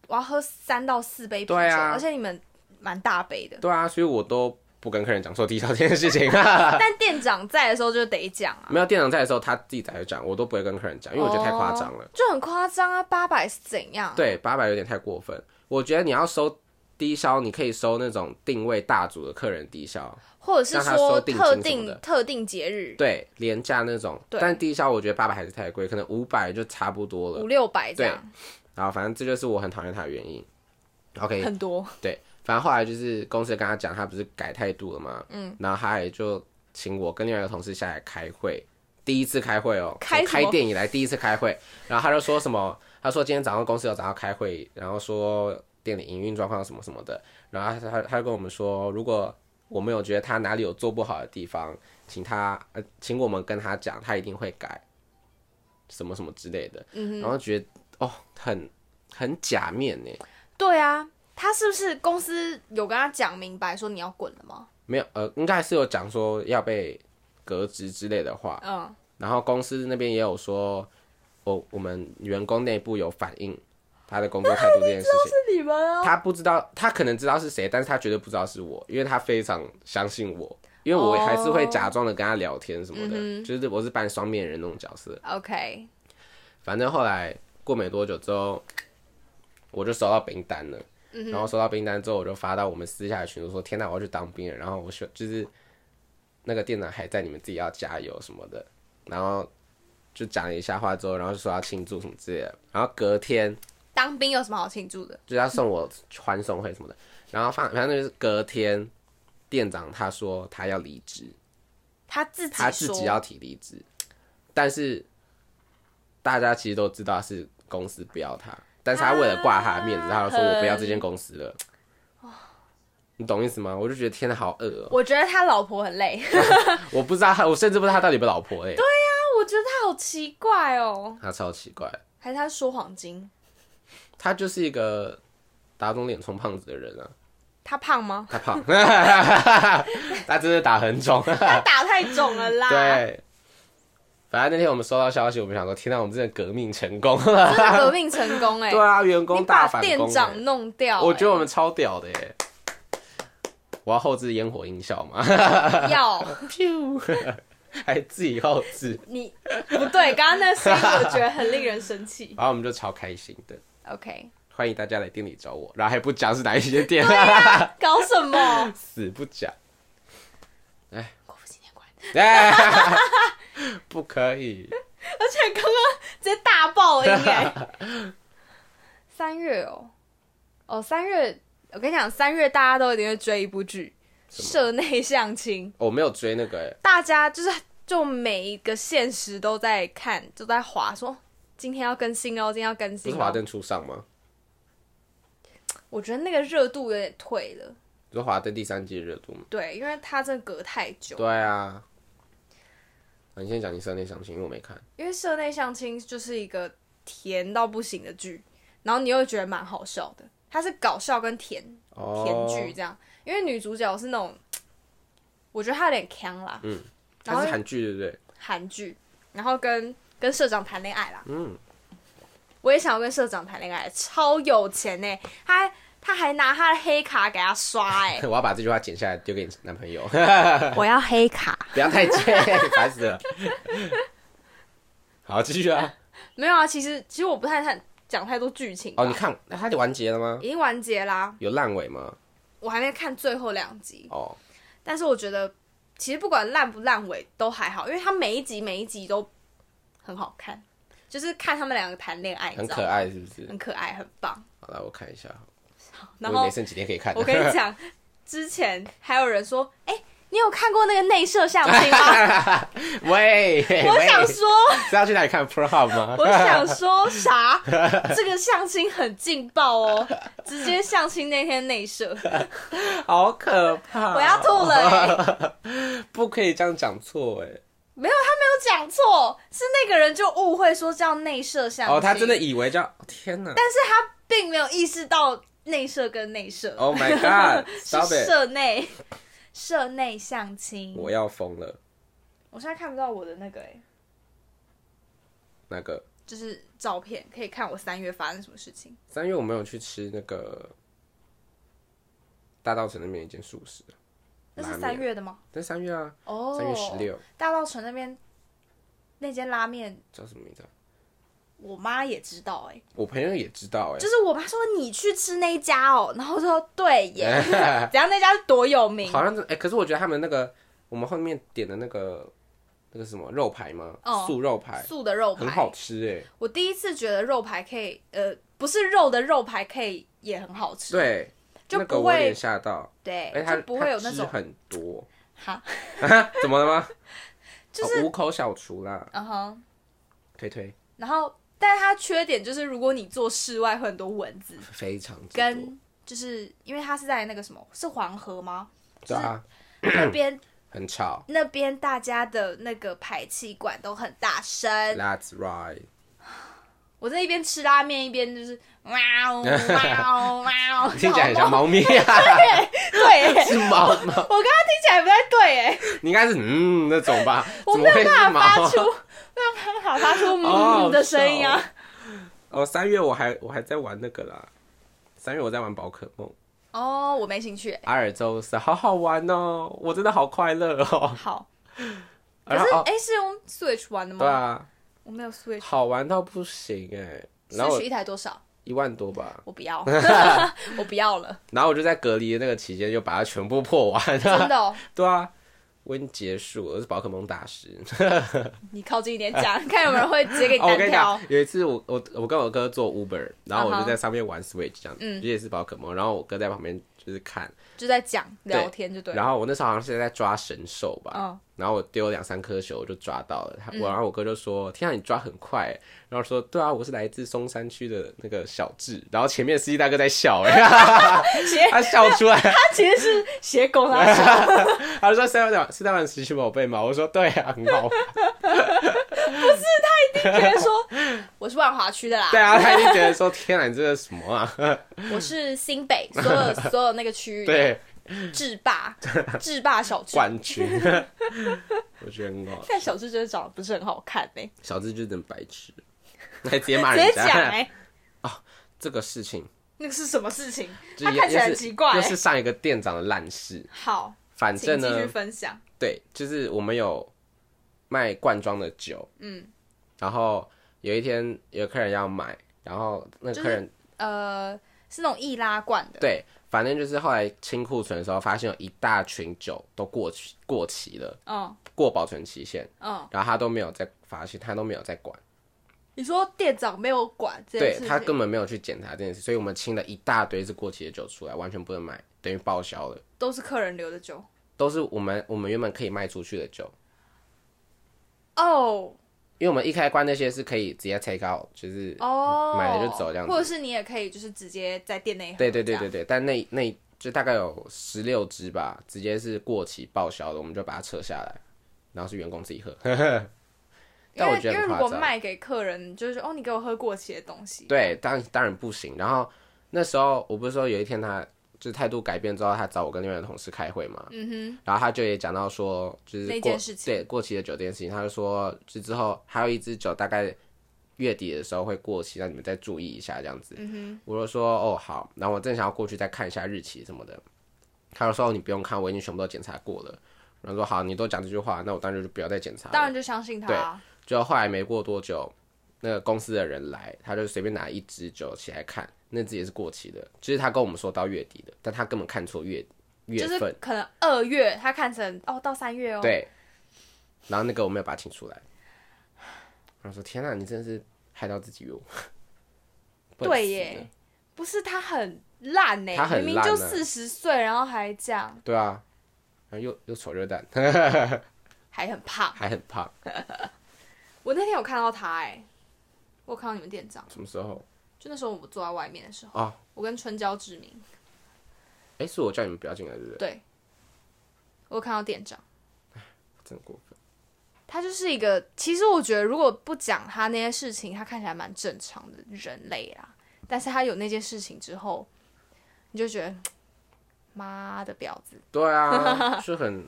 Speaker 1: 我要喝三到四杯啤酒，
Speaker 3: 对啊
Speaker 1: 而且你们蛮大杯的，
Speaker 3: [LAUGHS] 对啊，所以我都不跟客人讲说低消这件事情。 [LAUGHS]
Speaker 1: 但店长在的时候就得讲啊。
Speaker 3: 没有店长在的时候，他自己才会讲，我都不会跟客人讲，因为我觉得太夸张了。
Speaker 1: 哦就很夸张啊！八百是怎样？，
Speaker 3: 对，八百有点太过分。我觉得你要收低消，你可以收那种定位大组的客人低消，
Speaker 1: 或者是
Speaker 3: 让他收
Speaker 1: 说
Speaker 3: 定金
Speaker 1: 特
Speaker 3: 什么的
Speaker 1: 定特定节日
Speaker 3: 对，廉价那种。
Speaker 1: 对
Speaker 3: 但低消我觉得八百还是太贵，可能五百就差不多了
Speaker 1: 五。六百这样，
Speaker 3: 然后反正这就是我很讨厌他的原因。OK，
Speaker 1: 很多。
Speaker 3: 对，反正后来就是公司跟他讲，他不是改态度了吗？嗯，然后他也就请我跟另外一个同事下来开会，第一次开会哦，
Speaker 1: 开
Speaker 3: 从
Speaker 1: 什么
Speaker 3: 开店以来第一次开会。然后他就说什么，他说今天早上公司有找他开会，然后说店里营运状况什么什么的，然后他他他就跟我们说，如果我们有觉得他哪里有做不好的地方，请他呃，请我们跟他讲，他一定会改，什么什么之类的。嗯、然后觉得哦，很很假面呢。
Speaker 1: 对啊，他是不是公司有跟他讲明白说你要滚了吗？
Speaker 3: 没有，呃，应该还是有讲说要被革职之类的话，
Speaker 1: 嗯，
Speaker 3: 然后公司那边也有说，我我们员工内部有反映他的工作态度这件事情，
Speaker 1: 是你们啊。
Speaker 3: 他不知道，他可能知道是谁，但是他绝对不知道是我，因为他非常相信我，因为我
Speaker 1: 哦
Speaker 3: 还是会假装的跟他聊天什么的，就是我是扮双面人那种角色。
Speaker 1: OK，
Speaker 3: 反正后来过没多久之后，我就收到兵单了。然后收到兵单之后，我就发到我们私下的群组说：“天哪，我要去当兵了！”然后我说：“就是那个店长还在，你们自己要加油什么的。”然后就讲了一下话之后，然后就说要庆祝什么之类的。然后隔天
Speaker 1: 当兵有什么好庆祝的？
Speaker 3: 就是要送我欢送会什么的。然后放，反正就是隔天，店长他说他要离职，
Speaker 1: 他自己
Speaker 3: 他自己
Speaker 1: 说
Speaker 3: 要提离职，但是大家其实都知道是公司不要他，但是他为了挂他的面
Speaker 1: 啊
Speaker 3: 子，他就说我不要这间公司了。你懂意思吗？我就觉得天哪，好恶哦、
Speaker 1: 我觉得他老婆很累，
Speaker 3: 我不知道他，我甚至不知道他到底有没有老婆哎、
Speaker 1: [LAUGHS] 我觉得他好奇怪哦，
Speaker 3: 他超奇怪，
Speaker 1: 还是他说谎精？
Speaker 3: 他就是一个打肿脸充胖子的人啊，
Speaker 1: 他胖吗？[LAUGHS]
Speaker 3: 他胖，他真的打很肿。啊
Speaker 1: 他打太肿了啦，
Speaker 3: [LAUGHS] 对，反正那天我们收到消息，我们想说，天哪，我们真的革命成功了。 [LAUGHS]
Speaker 1: 真的革命成功哎、
Speaker 3: 对啊，员
Speaker 1: 你
Speaker 3: 工大
Speaker 1: 把
Speaker 3: 反
Speaker 1: 店
Speaker 3: 攻、欸
Speaker 1: 长弄掉、欸
Speaker 3: 我觉得我们超屌的耶！我要后置烟火音效嘛，
Speaker 1: 得要
Speaker 3: [LAUGHS] 还自己后置，
Speaker 1: 你 [LAUGHS] 不对，刚刚那声音我觉得很令人生气。
Speaker 3: 然后我们就超开心的。
Speaker 1: [LAUGHS] OK，
Speaker 3: 欢迎大家来店里找我，然后还不讲是哪一些店，？
Speaker 1: 啊搞什么
Speaker 3: [LAUGHS]
Speaker 1: [LAUGHS]
Speaker 3: 死不讲， [LAUGHS]
Speaker 1: 国父纪念馆，
Speaker 3: 哎不可以。
Speaker 1: 而且刚刚直接大爆音哎、 [LAUGHS] 三月哦，哦三月，我跟你讲，三月大家都一定会追一部剧《社内相亲》，
Speaker 3: 我没有追那个欸耶，
Speaker 1: 大家就是就每一个现实都在看，都在划说。今天要更新哦，今天要更
Speaker 3: 不
Speaker 1: 新
Speaker 3: 是华
Speaker 1: 哦。
Speaker 3: 灯初上吗？
Speaker 1: 我觉得那个热度有点退了，
Speaker 3: 不是华灯第三季的热度吗？
Speaker 1: 对，因为它真的隔太久。
Speaker 3: 对啊。啊你先讲你室内相亲，因为我没看。
Speaker 1: 因为社内相亲就是一个甜到不行的剧，然后你又觉得蛮好笑的，它是搞笑跟甜
Speaker 3: 哦，
Speaker 1: 甜剧这样。因为女主角是那种，我觉得她有点强啦，然
Speaker 3: 它
Speaker 1: 后
Speaker 3: 是韩剧对不对？
Speaker 1: 韩剧，然后跟跟社长谈恋爱啦。
Speaker 3: 嗯，
Speaker 1: 我也想要跟社长谈恋爱，超有钱呢、他他还拿他的黑卡给他刷
Speaker 3: [LAUGHS]
Speaker 1: 哎、
Speaker 3: 我要把这句话剪下来丢给你男朋友，
Speaker 1: 我要黑卡，
Speaker 3: [LAUGHS] 不要太贱，烦死
Speaker 1: [LAUGHS]
Speaker 3: 了。好，继续啊。
Speaker 1: 没有啊，其实其实我不太太讲太多剧情吧，
Speaker 3: 哦，你看，那它就完结了吗？
Speaker 1: 已经完结啦，
Speaker 3: 有烂尾吗？
Speaker 1: 我还没看最后两集，
Speaker 3: 哦，
Speaker 1: 但是我觉得其实不管烂不烂尾都还好，因为它每一集每一集都很好看，就是看他们两个谈恋爱，你
Speaker 3: 很
Speaker 1: 知道
Speaker 3: 可
Speaker 1: 吗？
Speaker 3: 爱是不是？
Speaker 1: 很可爱，很棒。
Speaker 3: 好了，我看一下，
Speaker 1: 然
Speaker 3: 我
Speaker 1: 后
Speaker 3: 也没剩几天可以看。
Speaker 1: 我跟你，讲，之前还有人说，哎、你有看过那个内射相亲
Speaker 3: [LAUGHS] 哎
Speaker 1: 吗？
Speaker 3: 喂，
Speaker 1: 我
Speaker 3: 喂，
Speaker 1: 想说，
Speaker 3: 是要去哪里看 Pro 吗？
Speaker 1: 我想说啥？这个相亲很劲爆哦，直接相亲那天内
Speaker 3: [LAUGHS]
Speaker 1: 射，
Speaker 3: 好可怕，
Speaker 1: 我要吐了、欸！没有，
Speaker 3: 不可以这样讲错哎。
Speaker 1: 他没有讲错，是那个人就误会说叫内射相亲。
Speaker 3: 哦，他真的以为叫天哪
Speaker 1: 但是他并没有意识到内射跟内射
Speaker 3: ！Oh my
Speaker 1: [LAUGHS]
Speaker 3: god，stop
Speaker 1: 是
Speaker 3: it！
Speaker 1: 社内社内相亲。
Speaker 3: 我要疯了，
Speaker 1: 我现在看不到我的那个、欸，
Speaker 3: 那个
Speaker 1: 就是照片，可以看我三月发生什么事情。
Speaker 3: 三月我没有去吃那个大道城那边一间素食，
Speaker 1: 那是
Speaker 3: 拉
Speaker 1: 三
Speaker 3: 面
Speaker 1: 月的吗？
Speaker 3: 在三月啊，
Speaker 1: 哦，
Speaker 3: 三月十，六
Speaker 1: 大稻城那边那间拉面，
Speaker 3: 叫什么名字啊？
Speaker 1: 我妈也知道、欸，哎，
Speaker 3: 我朋友也知道哎、
Speaker 1: 就是我妈说你去吃那一家哦、然后我说对
Speaker 3: [LAUGHS]
Speaker 1: 耶，
Speaker 3: 欸，
Speaker 1: 怎样那家是多有名？
Speaker 3: 好像是哎、可是我觉得他们那个我们后面点的那个那个什么肉排吗？
Speaker 1: 哦
Speaker 3: 素肉排
Speaker 1: 素的肉
Speaker 3: 很好
Speaker 1: 排，
Speaker 3: 吃哎、
Speaker 1: 我第一次觉得肉排可以，呃，不是肉的肉排可以也很好吃，
Speaker 3: 对，
Speaker 1: 就
Speaker 3: 那个
Speaker 1: 不
Speaker 3: 我有
Speaker 1: 会
Speaker 3: 点吓到，
Speaker 1: 对，
Speaker 3: 哎、它
Speaker 1: 就不会有
Speaker 3: 它
Speaker 1: 那
Speaker 3: 汁
Speaker 1: 种
Speaker 3: 很多，啊
Speaker 1: 哈，
Speaker 3: 怎么了吗？
Speaker 1: 就是
Speaker 3: 哦五口小厨啦，
Speaker 1: 嗯哼。
Speaker 3: 推推
Speaker 1: 然后，但是它缺点就是，如果你做室外，会很多蚊子，
Speaker 3: 非常之多
Speaker 1: 跟就是因为它是在那个什么，是黄河吗？
Speaker 3: 对啊，
Speaker 1: 那边
Speaker 3: 很吵
Speaker 1: 那边大家的那个排气管都很大声。
Speaker 3: ，That's right。，
Speaker 1: [LAUGHS] 我在一边吃拉面，一边就是哇哦哇哦哇哦
Speaker 3: 听起来很像猫咪啊， [LAUGHS]
Speaker 1: 对，欸
Speaker 3: 是猫 [LAUGHS]
Speaker 1: 我刚刚
Speaker 3: 吗？
Speaker 1: 听起来不太对哎，欸
Speaker 3: 你应该是嗯那种吧？
Speaker 1: 我
Speaker 3: 怎
Speaker 1: 没
Speaker 3: 么会
Speaker 1: 有
Speaker 3: 是
Speaker 1: 办
Speaker 3: 猫
Speaker 1: 法
Speaker 3: 啊
Speaker 1: 发出，没有办法发出
Speaker 3: [LAUGHS] 哦
Speaker 1: 嗯的声音啊。
Speaker 3: 哦，三月我还我还在玩那个啦，三月我在玩宝可梦，
Speaker 1: 哦，我没兴趣欸。
Speaker 3: 阿尔宙斯好好玩哦，我真的好快乐哦。
Speaker 1: 好，可
Speaker 3: 然
Speaker 1: 是
Speaker 3: 后哦，
Speaker 1: 哎，是用 Switch 玩的吗？
Speaker 3: 对啊，
Speaker 1: 我没有 Switch，
Speaker 3: 好玩到不行哎。然后
Speaker 1: Switch 一台多少？
Speaker 3: 一万多吧，
Speaker 1: 我不
Speaker 3: [LAUGHS]
Speaker 1: 要， [LAUGHS] 我不要了，
Speaker 3: 然后我就在隔离的那个期间就把它全部破完
Speaker 1: 真
Speaker 3: 了。
Speaker 1: 的、哦。
Speaker 3: 对啊，我已经结束了，我是宝可梦大师。
Speaker 1: 你靠近一点讲，看有没有人会直接给你
Speaker 3: [LAUGHS] 哦，我
Speaker 1: 单
Speaker 3: 跟你
Speaker 1: 挑
Speaker 3: 讲。，有一次我我我跟我哥做 Uber，然后
Speaker 1: 嗯
Speaker 3: 我就
Speaker 1: 哼
Speaker 3: 在上面玩 Switch 这样子，
Speaker 1: 嗯
Speaker 3: 也是宝可梦，然后我哥在旁边就就是看，
Speaker 1: 就在讲聊天就对了。
Speaker 3: 然后我那时候好像是在抓神兽吧，
Speaker 1: 嗯
Speaker 3: 然后我丢两三颗球我就抓到了，他我然后我哥就说：“天啊，你抓很快欸！”然后说：“对啊，我是来自松山区的那个小智。”然后前面司机大哥在笑，哎，
Speaker 1: 斜
Speaker 3: 他笑出来，
Speaker 1: 他其实是斜狗他 [LAUGHS]
Speaker 3: [LAUGHS]
Speaker 1: 小，
Speaker 3: 他就说：“三万四三万十七宝贝吗？”我说：“对啊，很好。
Speaker 1: 居然说我是万华区的”啦
Speaker 3: 对，啊，他一定觉得说：“天啊，你这个什么啊
Speaker 1: 我是新北所有所有那个区？”域
Speaker 3: 对，
Speaker 1: 制
Speaker 3: [LAUGHS]
Speaker 1: 霸制霸小智，
Speaker 3: 冠军，我觉得很好。
Speaker 1: 但小智真的长得不是很好看呢、
Speaker 3: 小智就是很白痴，还直接骂
Speaker 1: 直
Speaker 3: 人
Speaker 1: 接
Speaker 3: 家。
Speaker 1: 讲哎、
Speaker 3: 这个事情，
Speaker 1: 那个是什么事情？
Speaker 3: 就
Speaker 1: 他
Speaker 3: 是也
Speaker 1: 看起来
Speaker 3: 也
Speaker 1: 很
Speaker 3: 是
Speaker 1: 奇怪、
Speaker 3: 又
Speaker 1: 欸。
Speaker 3: 是上一个店长的烂事。
Speaker 1: 好，
Speaker 3: 反
Speaker 1: 请
Speaker 3: 正
Speaker 1: 继续
Speaker 3: 呢，
Speaker 1: 分享。
Speaker 3: 对，就是我们有卖罐装的酒，
Speaker 1: 嗯，
Speaker 3: 然后有一天有客人要买，然后那个客人、
Speaker 1: 呃，是那种易拉罐的，
Speaker 3: 对，反正就是后来清库存的时候，发现有一大群酒都过期过期了，
Speaker 1: 嗯
Speaker 3: 过保存期限，
Speaker 1: 嗯。
Speaker 3: 然后他都没有再发现，他都没有再管，
Speaker 1: 你说店长没有管这件
Speaker 3: 对
Speaker 1: 事情，
Speaker 3: 他根本没有去检查这件事，所以我们清了一大堆是过期的酒出来，完全不能买，等于报销了，
Speaker 1: 都是客人留的酒
Speaker 3: 都是我们我们原本可以卖出去的酒。
Speaker 1: 哦
Speaker 3: 因为我们一开关那些是可以直接 take out，就是
Speaker 1: 哦，
Speaker 3: 买了就走这样子
Speaker 1: 或者是你也可以就是直接在店内喝
Speaker 3: 对对对
Speaker 1: 这样
Speaker 3: 对对，但那那就大概有十六支吧，直接是过期报销的，我们就把它撤下来，然后是员工自己喝。 [LAUGHS] 但我
Speaker 1: 因
Speaker 3: 觉
Speaker 1: 为因
Speaker 3: 得
Speaker 1: 为如
Speaker 3: 很夸
Speaker 1: 果
Speaker 3: 张。
Speaker 1: 卖给客人，就是哦，你给我喝过期的东西，
Speaker 3: 对，当当然不行。然后那时候我不是说有一天他就是态度改变之后，他找我跟另外的同事开会嘛，
Speaker 1: 嗯
Speaker 3: 然后他就也讲到说，就是
Speaker 1: 那
Speaker 3: 过
Speaker 1: 件事情
Speaker 3: 对过期的酒这件事情，他就说，就之后还有一支酒大概月底的时候会过期，那你们再注意一下这样子。嗯、我就说哦好，然后我正想要过去再看一下日期什么的，他就说、哦、你不用看，我已经全部都检查过了。然后说好，你都讲这句话，那我当然就不要再检查
Speaker 1: 哼，
Speaker 3: 了。
Speaker 1: 当然就相信他啊，
Speaker 3: 就后来没过多久，那个公司的人来，他就随便拿一支酒起来看，那支也是过期的。其实他跟我们说到月底的，但他根本看错月月
Speaker 1: 就是
Speaker 3: 份，
Speaker 1: 可能二月他看成哦到三月哦，
Speaker 3: 对。然后那个我没有把它请出来，然后说：“天哪、你真的是害到自己哟！” [LAUGHS] 笨
Speaker 1: 对
Speaker 3: 死
Speaker 1: 耶
Speaker 3: 了，
Speaker 1: 不是他很烂呢、
Speaker 3: 他很
Speaker 1: 明明
Speaker 3: 烂
Speaker 1: 就
Speaker 3: 啊
Speaker 1: 四十岁，然后还这样，
Speaker 3: 对啊，然后又又丑又哎淡，
Speaker 1: 还很胖。
Speaker 3: 还很胖。
Speaker 1: 我那天有看到他哎、我有看到你们店长，
Speaker 3: 什么时候？
Speaker 1: 就那时候我坐在外面的时候，
Speaker 3: 哦
Speaker 1: 我跟春娇志明，
Speaker 3: 哎，是我叫你们不要进来，对不对？
Speaker 1: 对，我有看到店长。
Speaker 3: 真过分。
Speaker 1: 他就是一个，其实我觉得如果不讲他那些事情，他看起来蛮正常的人类啦。但是他有那件事情之后，你就觉得，妈的婊子！
Speaker 3: 对啊，就很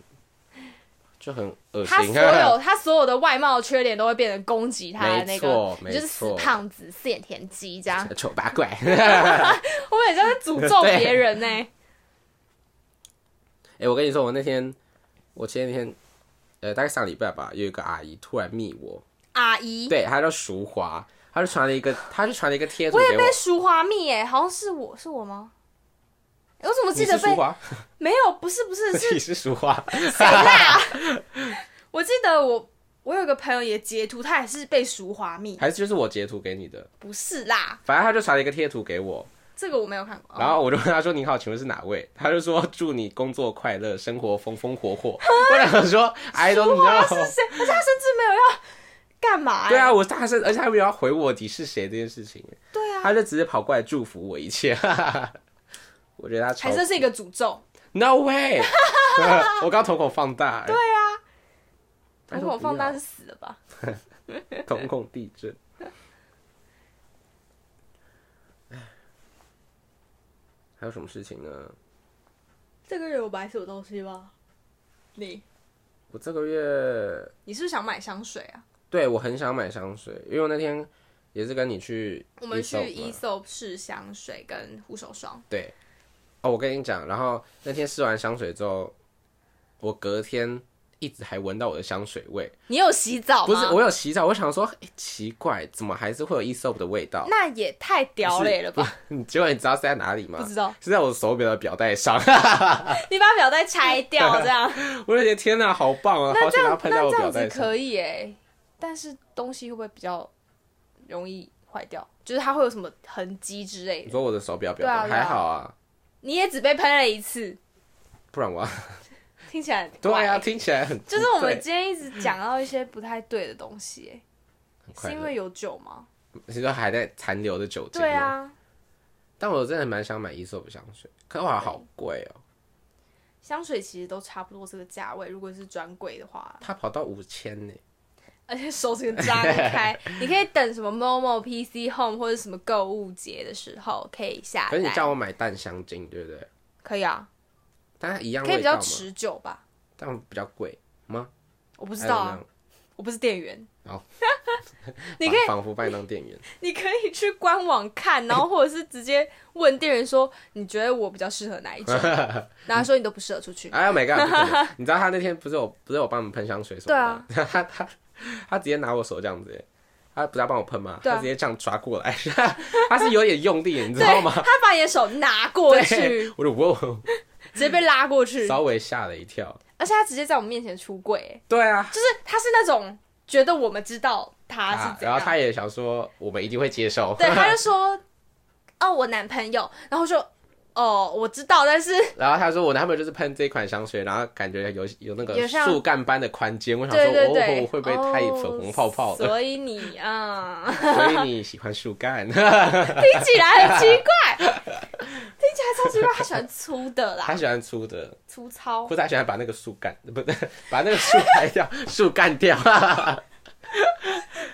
Speaker 3: 就很恶
Speaker 1: 他
Speaker 3: 心。
Speaker 1: 所有他所有的外貌缺点都会变成攻击他的那
Speaker 3: 没
Speaker 1: 个
Speaker 3: 错，
Speaker 1: 你就是
Speaker 3: 没
Speaker 1: 死
Speaker 3: 错。
Speaker 1: 胖子、四眼田鸡这样
Speaker 3: [LAUGHS] 丑八怪。
Speaker 1: 我们也像在诅咒别人呢、
Speaker 3: 哎、我跟你说，我那天，我前几天，呃，大概上礼拜吧，有一个阿姨突然密我，
Speaker 1: 阿姨，
Speaker 3: 对，她叫淑华，她就传了一个，她就传了一个贴图
Speaker 1: 我也
Speaker 3: 给我
Speaker 1: 被。淑华蜜哎、好像是我是我吗？哎我怎么记
Speaker 3: 你
Speaker 1: 得
Speaker 3: 是
Speaker 1: 被
Speaker 3: 淑华， [LAUGHS]
Speaker 1: 没有？不是不是是
Speaker 3: 你是淑华，
Speaker 1: 谁啦？我记得我我有个朋友也截图，他也是被熟华蜜，
Speaker 3: 还是就是我截图给你的？
Speaker 1: 不是啦，
Speaker 3: 反正她就传了一个贴图给我，
Speaker 1: 这个我没有看过。
Speaker 3: 然
Speaker 1: 哦
Speaker 3: 后我就问她说：“你好，请问是哪位？”她就说：“祝你工作快乐，生活风风火火。”我想说，I don't
Speaker 1: 他是
Speaker 3: know。
Speaker 1: 谁？而且他甚至没有要干嘛、欸？
Speaker 3: [LAUGHS] 对啊，，我大声，而且她没有要回我你是谁这件事情，
Speaker 1: 对啊，
Speaker 3: 她就直接跑过来祝福我一切。 [LAUGHS] 哈哈哈我觉得她超
Speaker 1: 还真是一个诅咒。
Speaker 3: No way！我刚瞳孔放大、欸，对啊，
Speaker 1: 瞳孔哎放大是死了吧？
Speaker 3: 瞳孔地震。还有什么事情呢？
Speaker 1: 这个月有买什么东西吗？你
Speaker 3: 我这个月
Speaker 1: 你是不是想买香水啊？
Speaker 3: 对我很想买香水，因为我那天也是跟你去 Aesop 嘛，
Speaker 1: 我们去 e s o p 试香水跟护手霜，
Speaker 3: 对，哦，我跟你讲，然后那天试完香水之后，我隔天一直还闻到我的香水味，
Speaker 1: 你有洗澡吗？
Speaker 3: 不是我有洗澡，我想说、诶奇怪，怎么还是会有 e s o p 的味道？
Speaker 1: 那也太屌嘞了吧？
Speaker 3: 你结果你知道是在哪里吗？
Speaker 1: 不知道，
Speaker 3: 是在我手表的表带上。 [LAUGHS]
Speaker 1: 你把表带拆掉这样。
Speaker 3: 我就觉得天哪，好棒啊！好
Speaker 1: 那这
Speaker 3: 想要
Speaker 1: 样
Speaker 3: 喷在
Speaker 1: 那
Speaker 3: 我
Speaker 1: 这
Speaker 3: 表
Speaker 1: 样子
Speaker 3: 带上。
Speaker 1: 可以哎、但是东西会不会比较容易坏掉？就是它会有什么痕迹之类
Speaker 3: 你
Speaker 1: 的？
Speaker 3: 说我的手表表
Speaker 1: 对啊
Speaker 3: 带
Speaker 1: 对啊
Speaker 3: 还好啊，
Speaker 1: 你也只被喷了一次，
Speaker 3: 不然我要
Speaker 1: 听起来很
Speaker 3: 对啊，
Speaker 1: 怪
Speaker 3: 听起来很
Speaker 1: 就是我们
Speaker 3: 对
Speaker 1: 今天一直讲到一些不太对的东西、哎
Speaker 3: 很快
Speaker 1: 是因
Speaker 3: 乐
Speaker 1: 为有酒吗？
Speaker 3: 其实还在残留的酒精。
Speaker 1: 对，啊，
Speaker 3: 但我真的蛮想买伊索普香水，可哇，好贵哦、
Speaker 1: 香水其实都差不多这个价位，如果是专柜的话，
Speaker 3: 它跑到五千呢。
Speaker 1: 而且手指张开，
Speaker 3: [LAUGHS]
Speaker 1: 你可以等什么 Momo、PC Home 或者什么购物节的时候可以下
Speaker 3: 可是你
Speaker 1: 单，
Speaker 3: 叫我买淡香精，对不对？
Speaker 1: 可以啊，
Speaker 3: 但它一样
Speaker 1: 可以
Speaker 3: 味
Speaker 1: 比
Speaker 3: 道
Speaker 1: 较
Speaker 3: 嘛，
Speaker 1: 持久吧？
Speaker 3: 但比较贵吗？
Speaker 1: 我不
Speaker 3: 不
Speaker 1: 知道啊，，我不是店员， [LAUGHS] 你可
Speaker 3: 以仿佛把你当店员。
Speaker 1: 你可以去官网看，然后或者是直接问店员说，你觉得我比较适合哪一
Speaker 3: [LAUGHS]
Speaker 1: 种？然后他说你都不适合出去。
Speaker 3: 哎呀，My God！不可
Speaker 1: [LAUGHS]
Speaker 3: 能你知道他那天不是我，不是我帮你们喷香水什么的，
Speaker 1: 啊
Speaker 3: 他他他他直接拿我手这样子耶，他不是要帮我喷吗？
Speaker 1: 对啊
Speaker 3: 他直接这样抓过来， [LAUGHS] 他是有点用力，你知
Speaker 1: 对，
Speaker 3: 道吗？
Speaker 1: [LAUGHS] 他把你的手拿过去
Speaker 3: 对，，我就我
Speaker 1: 直接被拉过去，
Speaker 3: 稍微吓了一跳。
Speaker 1: 而且他直接在我们面前出柜，哎
Speaker 3: 对啊，
Speaker 1: 就是他是那种觉得我们知道他
Speaker 3: 啊
Speaker 1: 是怎
Speaker 3: 然
Speaker 1: 样，
Speaker 3: 后他也想说我们一定会接受，
Speaker 1: 对，
Speaker 3: [LAUGHS]
Speaker 1: 他就说，哦，我男朋友，然后就，哦，我知道，但是
Speaker 3: 然后他说我男朋友就是喷这款香水，然后感觉有有那
Speaker 1: 有
Speaker 3: 个
Speaker 1: 像
Speaker 3: 树干般的宽肩，我想
Speaker 1: 对
Speaker 3: 说
Speaker 1: 对对，
Speaker 3: 哦会不会太粉红泡泡
Speaker 1: 哦
Speaker 3: 了？
Speaker 1: 所以你啊，
Speaker 3: 所以你喜欢树干， [LAUGHS]
Speaker 1: 听起来很奇怪，听起来超奇怪，他喜欢粗的啦
Speaker 3: [LAUGHS] 他，喜欢粗的，
Speaker 1: 粗糙
Speaker 3: 或，者他喜欢把那个树干 [LAUGHS] 不对，把那个树干掉， [LAUGHS] 树干掉，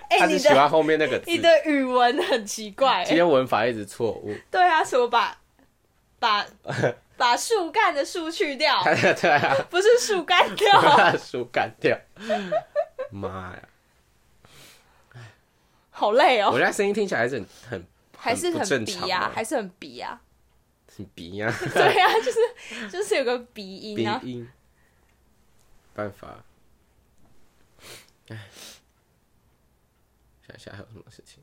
Speaker 1: 哎、
Speaker 3: 他
Speaker 1: 你
Speaker 3: 是喜
Speaker 1: 的
Speaker 3: 欢后面那个字
Speaker 1: 你。的语文很奇怪、
Speaker 3: 今
Speaker 1: 哎
Speaker 3: 天文法一直错误，
Speaker 1: [LAUGHS]
Speaker 3: [LAUGHS]
Speaker 1: 对啊，什么把把把树干的树去掉，
Speaker 3: 对啊，
Speaker 1: 不是树干掉，
Speaker 3: [LAUGHS] 树干掉，妈呀！
Speaker 1: 好累
Speaker 3: 我
Speaker 1: 哦，
Speaker 3: 觉得他声音听起来还是很很
Speaker 1: 还是
Speaker 3: 很不
Speaker 1: 很
Speaker 3: 正
Speaker 1: 鼻
Speaker 3: 常
Speaker 1: 呀、
Speaker 3: 啊
Speaker 1: 还是很鼻呀、
Speaker 3: 很鼻啊，
Speaker 1: [LAUGHS] 对呀、就是就是有个鼻
Speaker 3: 鼻
Speaker 1: 音啊。
Speaker 3: 音，办法。哎，想一下还有什么事情？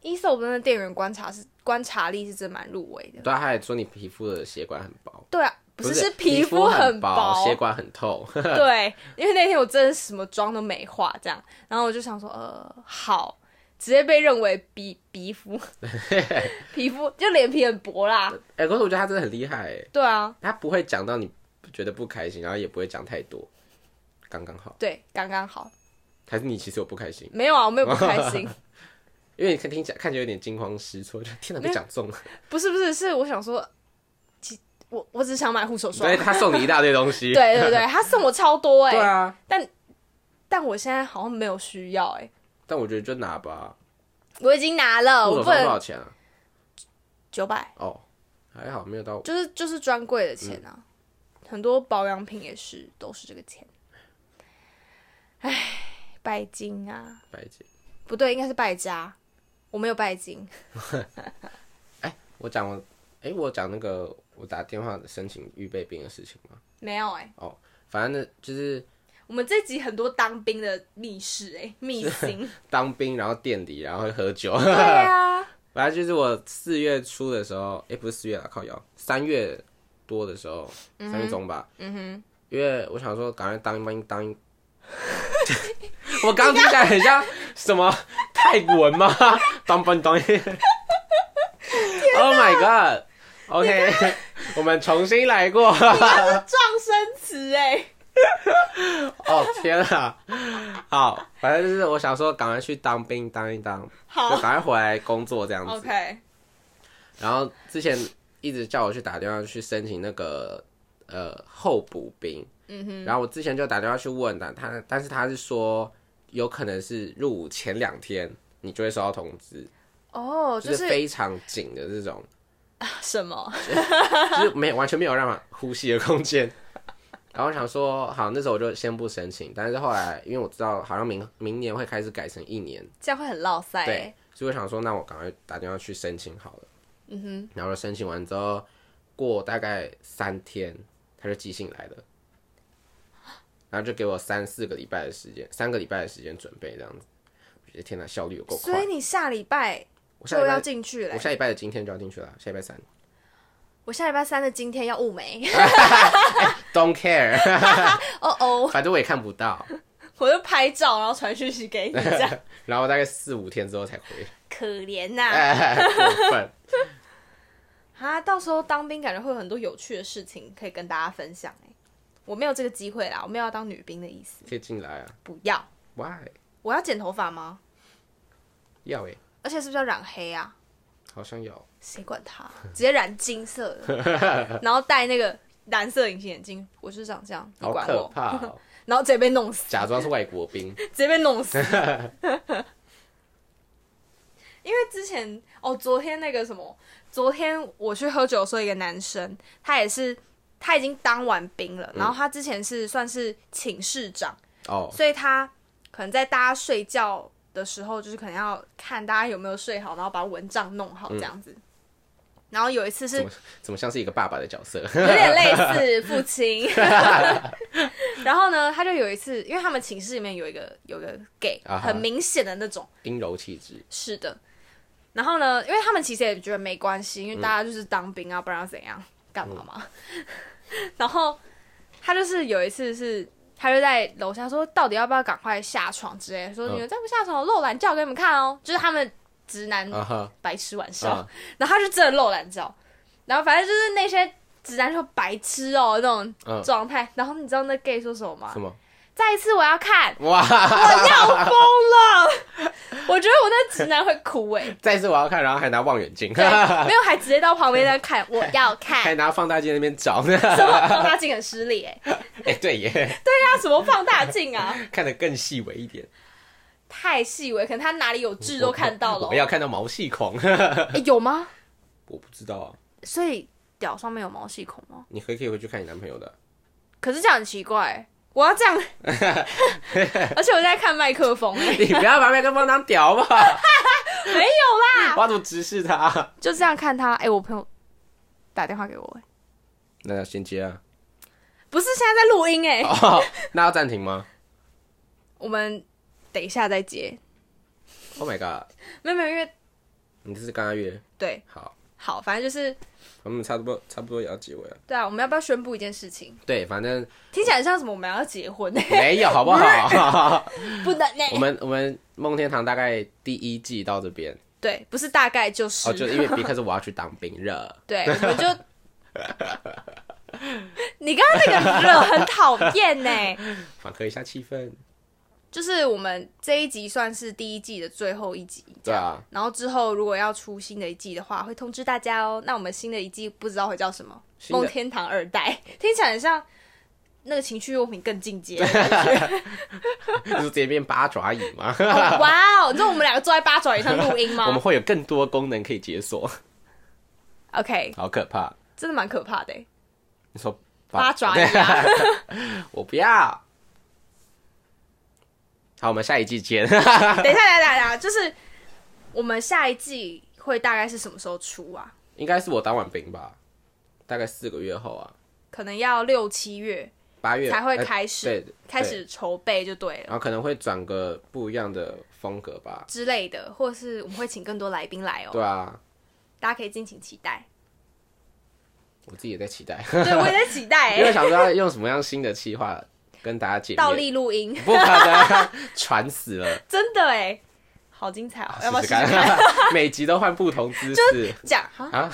Speaker 1: 伊索真的店员观察是观察力是真蛮入围的。
Speaker 3: 对啊，他还说你皮肤的血管很薄，
Speaker 1: 对啊，不是是
Speaker 3: 皮
Speaker 1: 肤
Speaker 3: 很
Speaker 1: 薄，
Speaker 3: 血管很透。 [LAUGHS]
Speaker 1: 对，因为那天我真的什么妆都没化，这样，然后我就想说，呃，好，直接被认为鼻鼻
Speaker 3: [LAUGHS]
Speaker 1: 肤，皮肤就脸皮很薄啦。
Speaker 3: 哎、可是我觉得他真的很厉害、欸，
Speaker 1: 对啊，
Speaker 3: 他不会讲到你觉得不开心，然后也不会讲太多，刚刚好。
Speaker 1: 对，刚刚好，
Speaker 3: 还是你其实有不开心，
Speaker 1: 没有啊，我没有不开
Speaker 3: [LAUGHS]
Speaker 1: 心，
Speaker 3: 因为你看听起来看起来有点惊慌失措，就天哪被讲
Speaker 1: [LAUGHS]
Speaker 3: 中了。
Speaker 1: 不是不是，是我想说，其我我只想买护手霜
Speaker 3: 所以。他送你一大堆东
Speaker 1: [LAUGHS]
Speaker 3: 西。
Speaker 1: 对对对，他送我超多哎、
Speaker 3: 对啊，
Speaker 1: 但我现在好像没有需要哎、
Speaker 3: 但我觉得就拿吧。
Speaker 1: 我已经拿了，
Speaker 3: 护
Speaker 1: 哦我不
Speaker 3: 手霜多
Speaker 1: 能
Speaker 3: 少钱啊？
Speaker 1: 九百，
Speaker 3: 哦，还好没有到。
Speaker 1: 就是就是专柜的钱
Speaker 3: 嗯
Speaker 1: 啊，很多保养品也是都是这个钱。唉，拜金啊，
Speaker 3: 白金。
Speaker 1: 不对，应该是败家，我没有拜金。
Speaker 3: 我讲我，哎、我讲那个我打电话申请预备兵的事情嘛。
Speaker 1: 没有哎、
Speaker 3: 反正呢就是
Speaker 1: 我们这集很多当兵的密室哎、秘辛。
Speaker 3: 当兵，然后店里，然后会喝酒。
Speaker 1: [LAUGHS] 对啊，
Speaker 3: 反正就是我四月初的时候，哎、不是四月啊，靠腰，三月多的时候，三月中吧，嗯哼，因为我想说赶快当一当一当 [LAUGHS] 一，我刚听起来很像什么泰文吗？ [LAUGHS] 当当当一，Oh my God，OK，、我 [LAUGHS] 们重新来过， [LAUGHS]
Speaker 1: 他是撞生词哎、
Speaker 3: 哦天啊，好，反正就是我想说赶快去当兵当一当，就
Speaker 1: 好
Speaker 3: 赶快回来工作这样子。
Speaker 1: ，OK，
Speaker 3: 然后之前一直叫我去打电话去申请那个呃候补兵，
Speaker 1: 嗯哼，
Speaker 3: 然后我之前就打电话去问的，他但是他是说有可能是入伍前两天你就会收到通知，
Speaker 1: 哦、就
Speaker 3: 就是
Speaker 1: 是
Speaker 3: 非常紧的这种，
Speaker 1: 什么？
Speaker 3: 就是没有完全没有让我呼吸的空间。 [LAUGHS] 然后我想说好，那时候我就先不申请，但是后来因为我知道好像明明年会开始改成一年，
Speaker 1: 这样会很落塞、
Speaker 3: 对
Speaker 1: 欸。，
Speaker 3: 所以我想说那我赶快打电话去申请好了。嗯哼，然后申请完之后，过大概三天，他就寄信来了，然后就给我三四个礼拜的时间，三个礼拜的时间准备这样子。我觉得天哪，效率有够
Speaker 1: 所
Speaker 3: 快
Speaker 1: 以！你下礼拜
Speaker 3: 我下
Speaker 1: 就
Speaker 3: 礼
Speaker 1: 要
Speaker 3: 拜，
Speaker 1: 进去嘞、
Speaker 3: 我下礼拜的今天就要进去了，下礼拜三。
Speaker 1: 我下礼拜三的今天要雾眉， [LAUGHS]
Speaker 3: Don't care，
Speaker 1: 哦哦，
Speaker 3: 反正我也看不到。
Speaker 1: [LAUGHS] 我就拍照，然后传讯息
Speaker 3: [LAUGHS]
Speaker 1: 给你，这样
Speaker 3: 然后大概四五天之后才回，
Speaker 1: 可怜呐、
Speaker 3: 哎，过分。
Speaker 1: 啊，到时候当兵感觉会有很多有趣的事情可以跟大家分享哎、我没有这个机会啦，我没有要当女兵的意思，
Speaker 3: 可以进来啊
Speaker 1: 不要。
Speaker 3: ？Why？
Speaker 1: 我要剪头发吗？
Speaker 3: 要诶、欸
Speaker 1: 而且是不是要染黑啊？
Speaker 3: 好像要。
Speaker 1: 谁管他？ [LAUGHS] 直接染金色的，
Speaker 3: [LAUGHS]
Speaker 1: 然后戴那个蓝色隐形眼镜，我就是长这样，你
Speaker 3: 好
Speaker 1: 管
Speaker 3: 可
Speaker 1: 我？
Speaker 3: 怕、哦！
Speaker 1: 然后直接被弄死，
Speaker 3: 假装是外国兵，
Speaker 1: 直接被弄死。 [LAUGHS] 因为之前哦，昨天那个什么，昨天我去喝酒的时候，一个男生，他也是他已经当完兵了，然后他之前是算是寝室长，
Speaker 3: 哦，
Speaker 1: 所以他可能在大家睡觉的时候，就是可能要看大家有没有睡好，然后把蚊帐弄好这样子。然后有一次是
Speaker 3: 怎么怎么像是一个爸爸的角色？ [LAUGHS]
Speaker 1: 有点类似父亲。然后呢，他就有一次，因为他们寝室里面有一个有一个 gay，、
Speaker 3: 啊哈
Speaker 1: 很明显的那种，
Speaker 3: 阴柔气质，
Speaker 1: 是的。然后呢，因为他们其实也觉得没关系，因为大家就是当兵啊，不然要怎样干嘛嘛。
Speaker 3: 嗯
Speaker 1: 然后他就是有一次是，他就在楼下说，到底要不要赶快下床之类的，说
Speaker 3: 嗯
Speaker 1: 你们再不下床，我露懒觉给你们看哦。就是他们直男
Speaker 3: 啊哈，
Speaker 1: 白痴玩笑，
Speaker 3: 啊，
Speaker 1: 然后他就真的露懒照，然后反正就是那些直男就白痴哦那种
Speaker 3: 嗯
Speaker 1: 状态。然后你知道那 gay 说什么吗
Speaker 3: 什？么？
Speaker 1: 再一次我要
Speaker 3: [LAUGHS]
Speaker 1: 看，
Speaker 3: 哇！
Speaker 1: 我要疯了！我觉得我那直男会哭哎、
Speaker 3: 再次我要看，然后还拿望远镜， [LAUGHS]
Speaker 1: 对，没有还直接到旁边在看，我要
Speaker 3: 还 [LAUGHS]
Speaker 1: 看。
Speaker 3: 拿放大镜那边找 [LAUGHS] 呢。
Speaker 1: 什么放大镜很失礼哎、
Speaker 3: 哎、对耶， [LAUGHS]
Speaker 1: 对啊，什么放大镜啊？
Speaker 3: 看得更细微一点，
Speaker 1: 太细微，可能他哪里有痣都看到了、
Speaker 3: 我要看到毛细孔， [LAUGHS]
Speaker 1: 哎有吗？
Speaker 3: 我不知道啊，
Speaker 1: 所以屌上面有毛细孔吗？
Speaker 3: 你可以可以回去看你男朋友的。 [LAUGHS]
Speaker 1: 可是这样很奇怪欸、我要这样，而且我在看麦克风欸、
Speaker 3: 你不要把麦克风当屌吧，
Speaker 1: [LAUGHS] 没有啦，
Speaker 3: [LAUGHS] 我要怎么直视他？ [LAUGHS]
Speaker 1: 就这样看他。哎、我朋友打电话给我、哎，
Speaker 3: 那要先接啊。 [LAUGHS]
Speaker 1: 不是现在在录音哎、
Speaker 3: 哦，那要暂停吗
Speaker 1: 我们等一下再接。
Speaker 3: ？Oh my god！
Speaker 1: 没有没有，因为
Speaker 3: 你这是刚刚约
Speaker 1: 对，
Speaker 3: 好，
Speaker 1: 好，反正就是
Speaker 3: 我们差不多差不多也要结尾了。
Speaker 1: 对啊，我们要不要宣布一件事情？
Speaker 3: 对，反正
Speaker 1: 听起来像什么我们要结婚、哎，
Speaker 3: 没有 [LAUGHS] 好
Speaker 1: [LAUGHS]
Speaker 3: 不好？ [LAUGHS]
Speaker 1: 不能呢、
Speaker 3: 我们我们梦天堂大概第一季到这边
Speaker 1: 对，哎不是大概就是，
Speaker 3: 哦，就因为 because 我要去当兵了。 [LAUGHS]
Speaker 1: 对，我们就。 [LAUGHS] 你刚刚那个惹很讨厌呢，
Speaker 3: 缓和一下气氛。
Speaker 1: 就是我们这一集算是第一季的最后一集，
Speaker 3: 对啊，
Speaker 1: 然后之后如果要出新的一季的话，会通知大家哦。那我们新的一季不知道会叫什么，《
Speaker 3: 新的
Speaker 1: 梦天堂二代》听起来很像那个情趣用品更进
Speaker 3: [LAUGHS]
Speaker 1: 阶。
Speaker 3: 就是直接变八爪椅
Speaker 1: [LAUGHS]
Speaker 3: 嘛。
Speaker 1: 哦哇哦！你知道我们两个坐在八爪椅上录音
Speaker 3: 我们
Speaker 1: 吗
Speaker 3: 会有更多功能可以解锁，
Speaker 1: [LAUGHS] ？OK，
Speaker 3: 好可怕！
Speaker 1: 真的蛮可怕的欸，
Speaker 3: 你说
Speaker 1: 八爪椅啊！
Speaker 3: [LAUGHS] 我不要。好，我们下一季见。 [LAUGHS]
Speaker 1: 等一下，等一下，等一下，就是我们下一季会大概是什么时候出啊？
Speaker 3: 应该是我当完兵吧，大概四个月后啊，
Speaker 1: 可能要六七月
Speaker 3: 八月
Speaker 1: 才会
Speaker 3: 呃
Speaker 1: 开始，
Speaker 3: 对，
Speaker 1: 开
Speaker 3: 对
Speaker 1: 始筹备就对了
Speaker 3: 然后可能会转个不一样的风格吧。
Speaker 1: 之类的，或是我们会请更多来宾来哦，
Speaker 3: 对啊，
Speaker 1: 大家可以敬请期
Speaker 3: [LAUGHS]
Speaker 1: 待。
Speaker 3: 我自己也在期待，
Speaker 1: 对，我也在期待、欸，
Speaker 3: 因为想说要用什么样新的企划跟大家见
Speaker 1: 倒
Speaker 3: 面。
Speaker 1: 立录音， [LAUGHS]
Speaker 3: 不可能，传死了！
Speaker 1: 真的哎，好精彩 [LAUGHS] 哦！要不要
Speaker 3: 啊试
Speaker 1: 试
Speaker 3: 试
Speaker 1: 试看？
Speaker 3: 看？ [LAUGHS] 每集都换不同姿势
Speaker 1: 这样哈， [LAUGHS]
Speaker 3: 啊！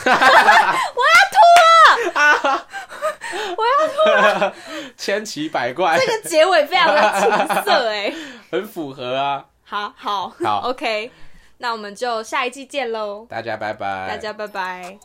Speaker 1: 我要
Speaker 3: 千奇百怪，
Speaker 1: 这个结尾非常的青涩
Speaker 3: [LAUGHS]
Speaker 1: 哎。
Speaker 3: 很符合啊！
Speaker 1: 好好
Speaker 3: 好
Speaker 1: ，OK，那我们就下一季见喽，
Speaker 3: 大家拜拜，
Speaker 1: 大家拜拜。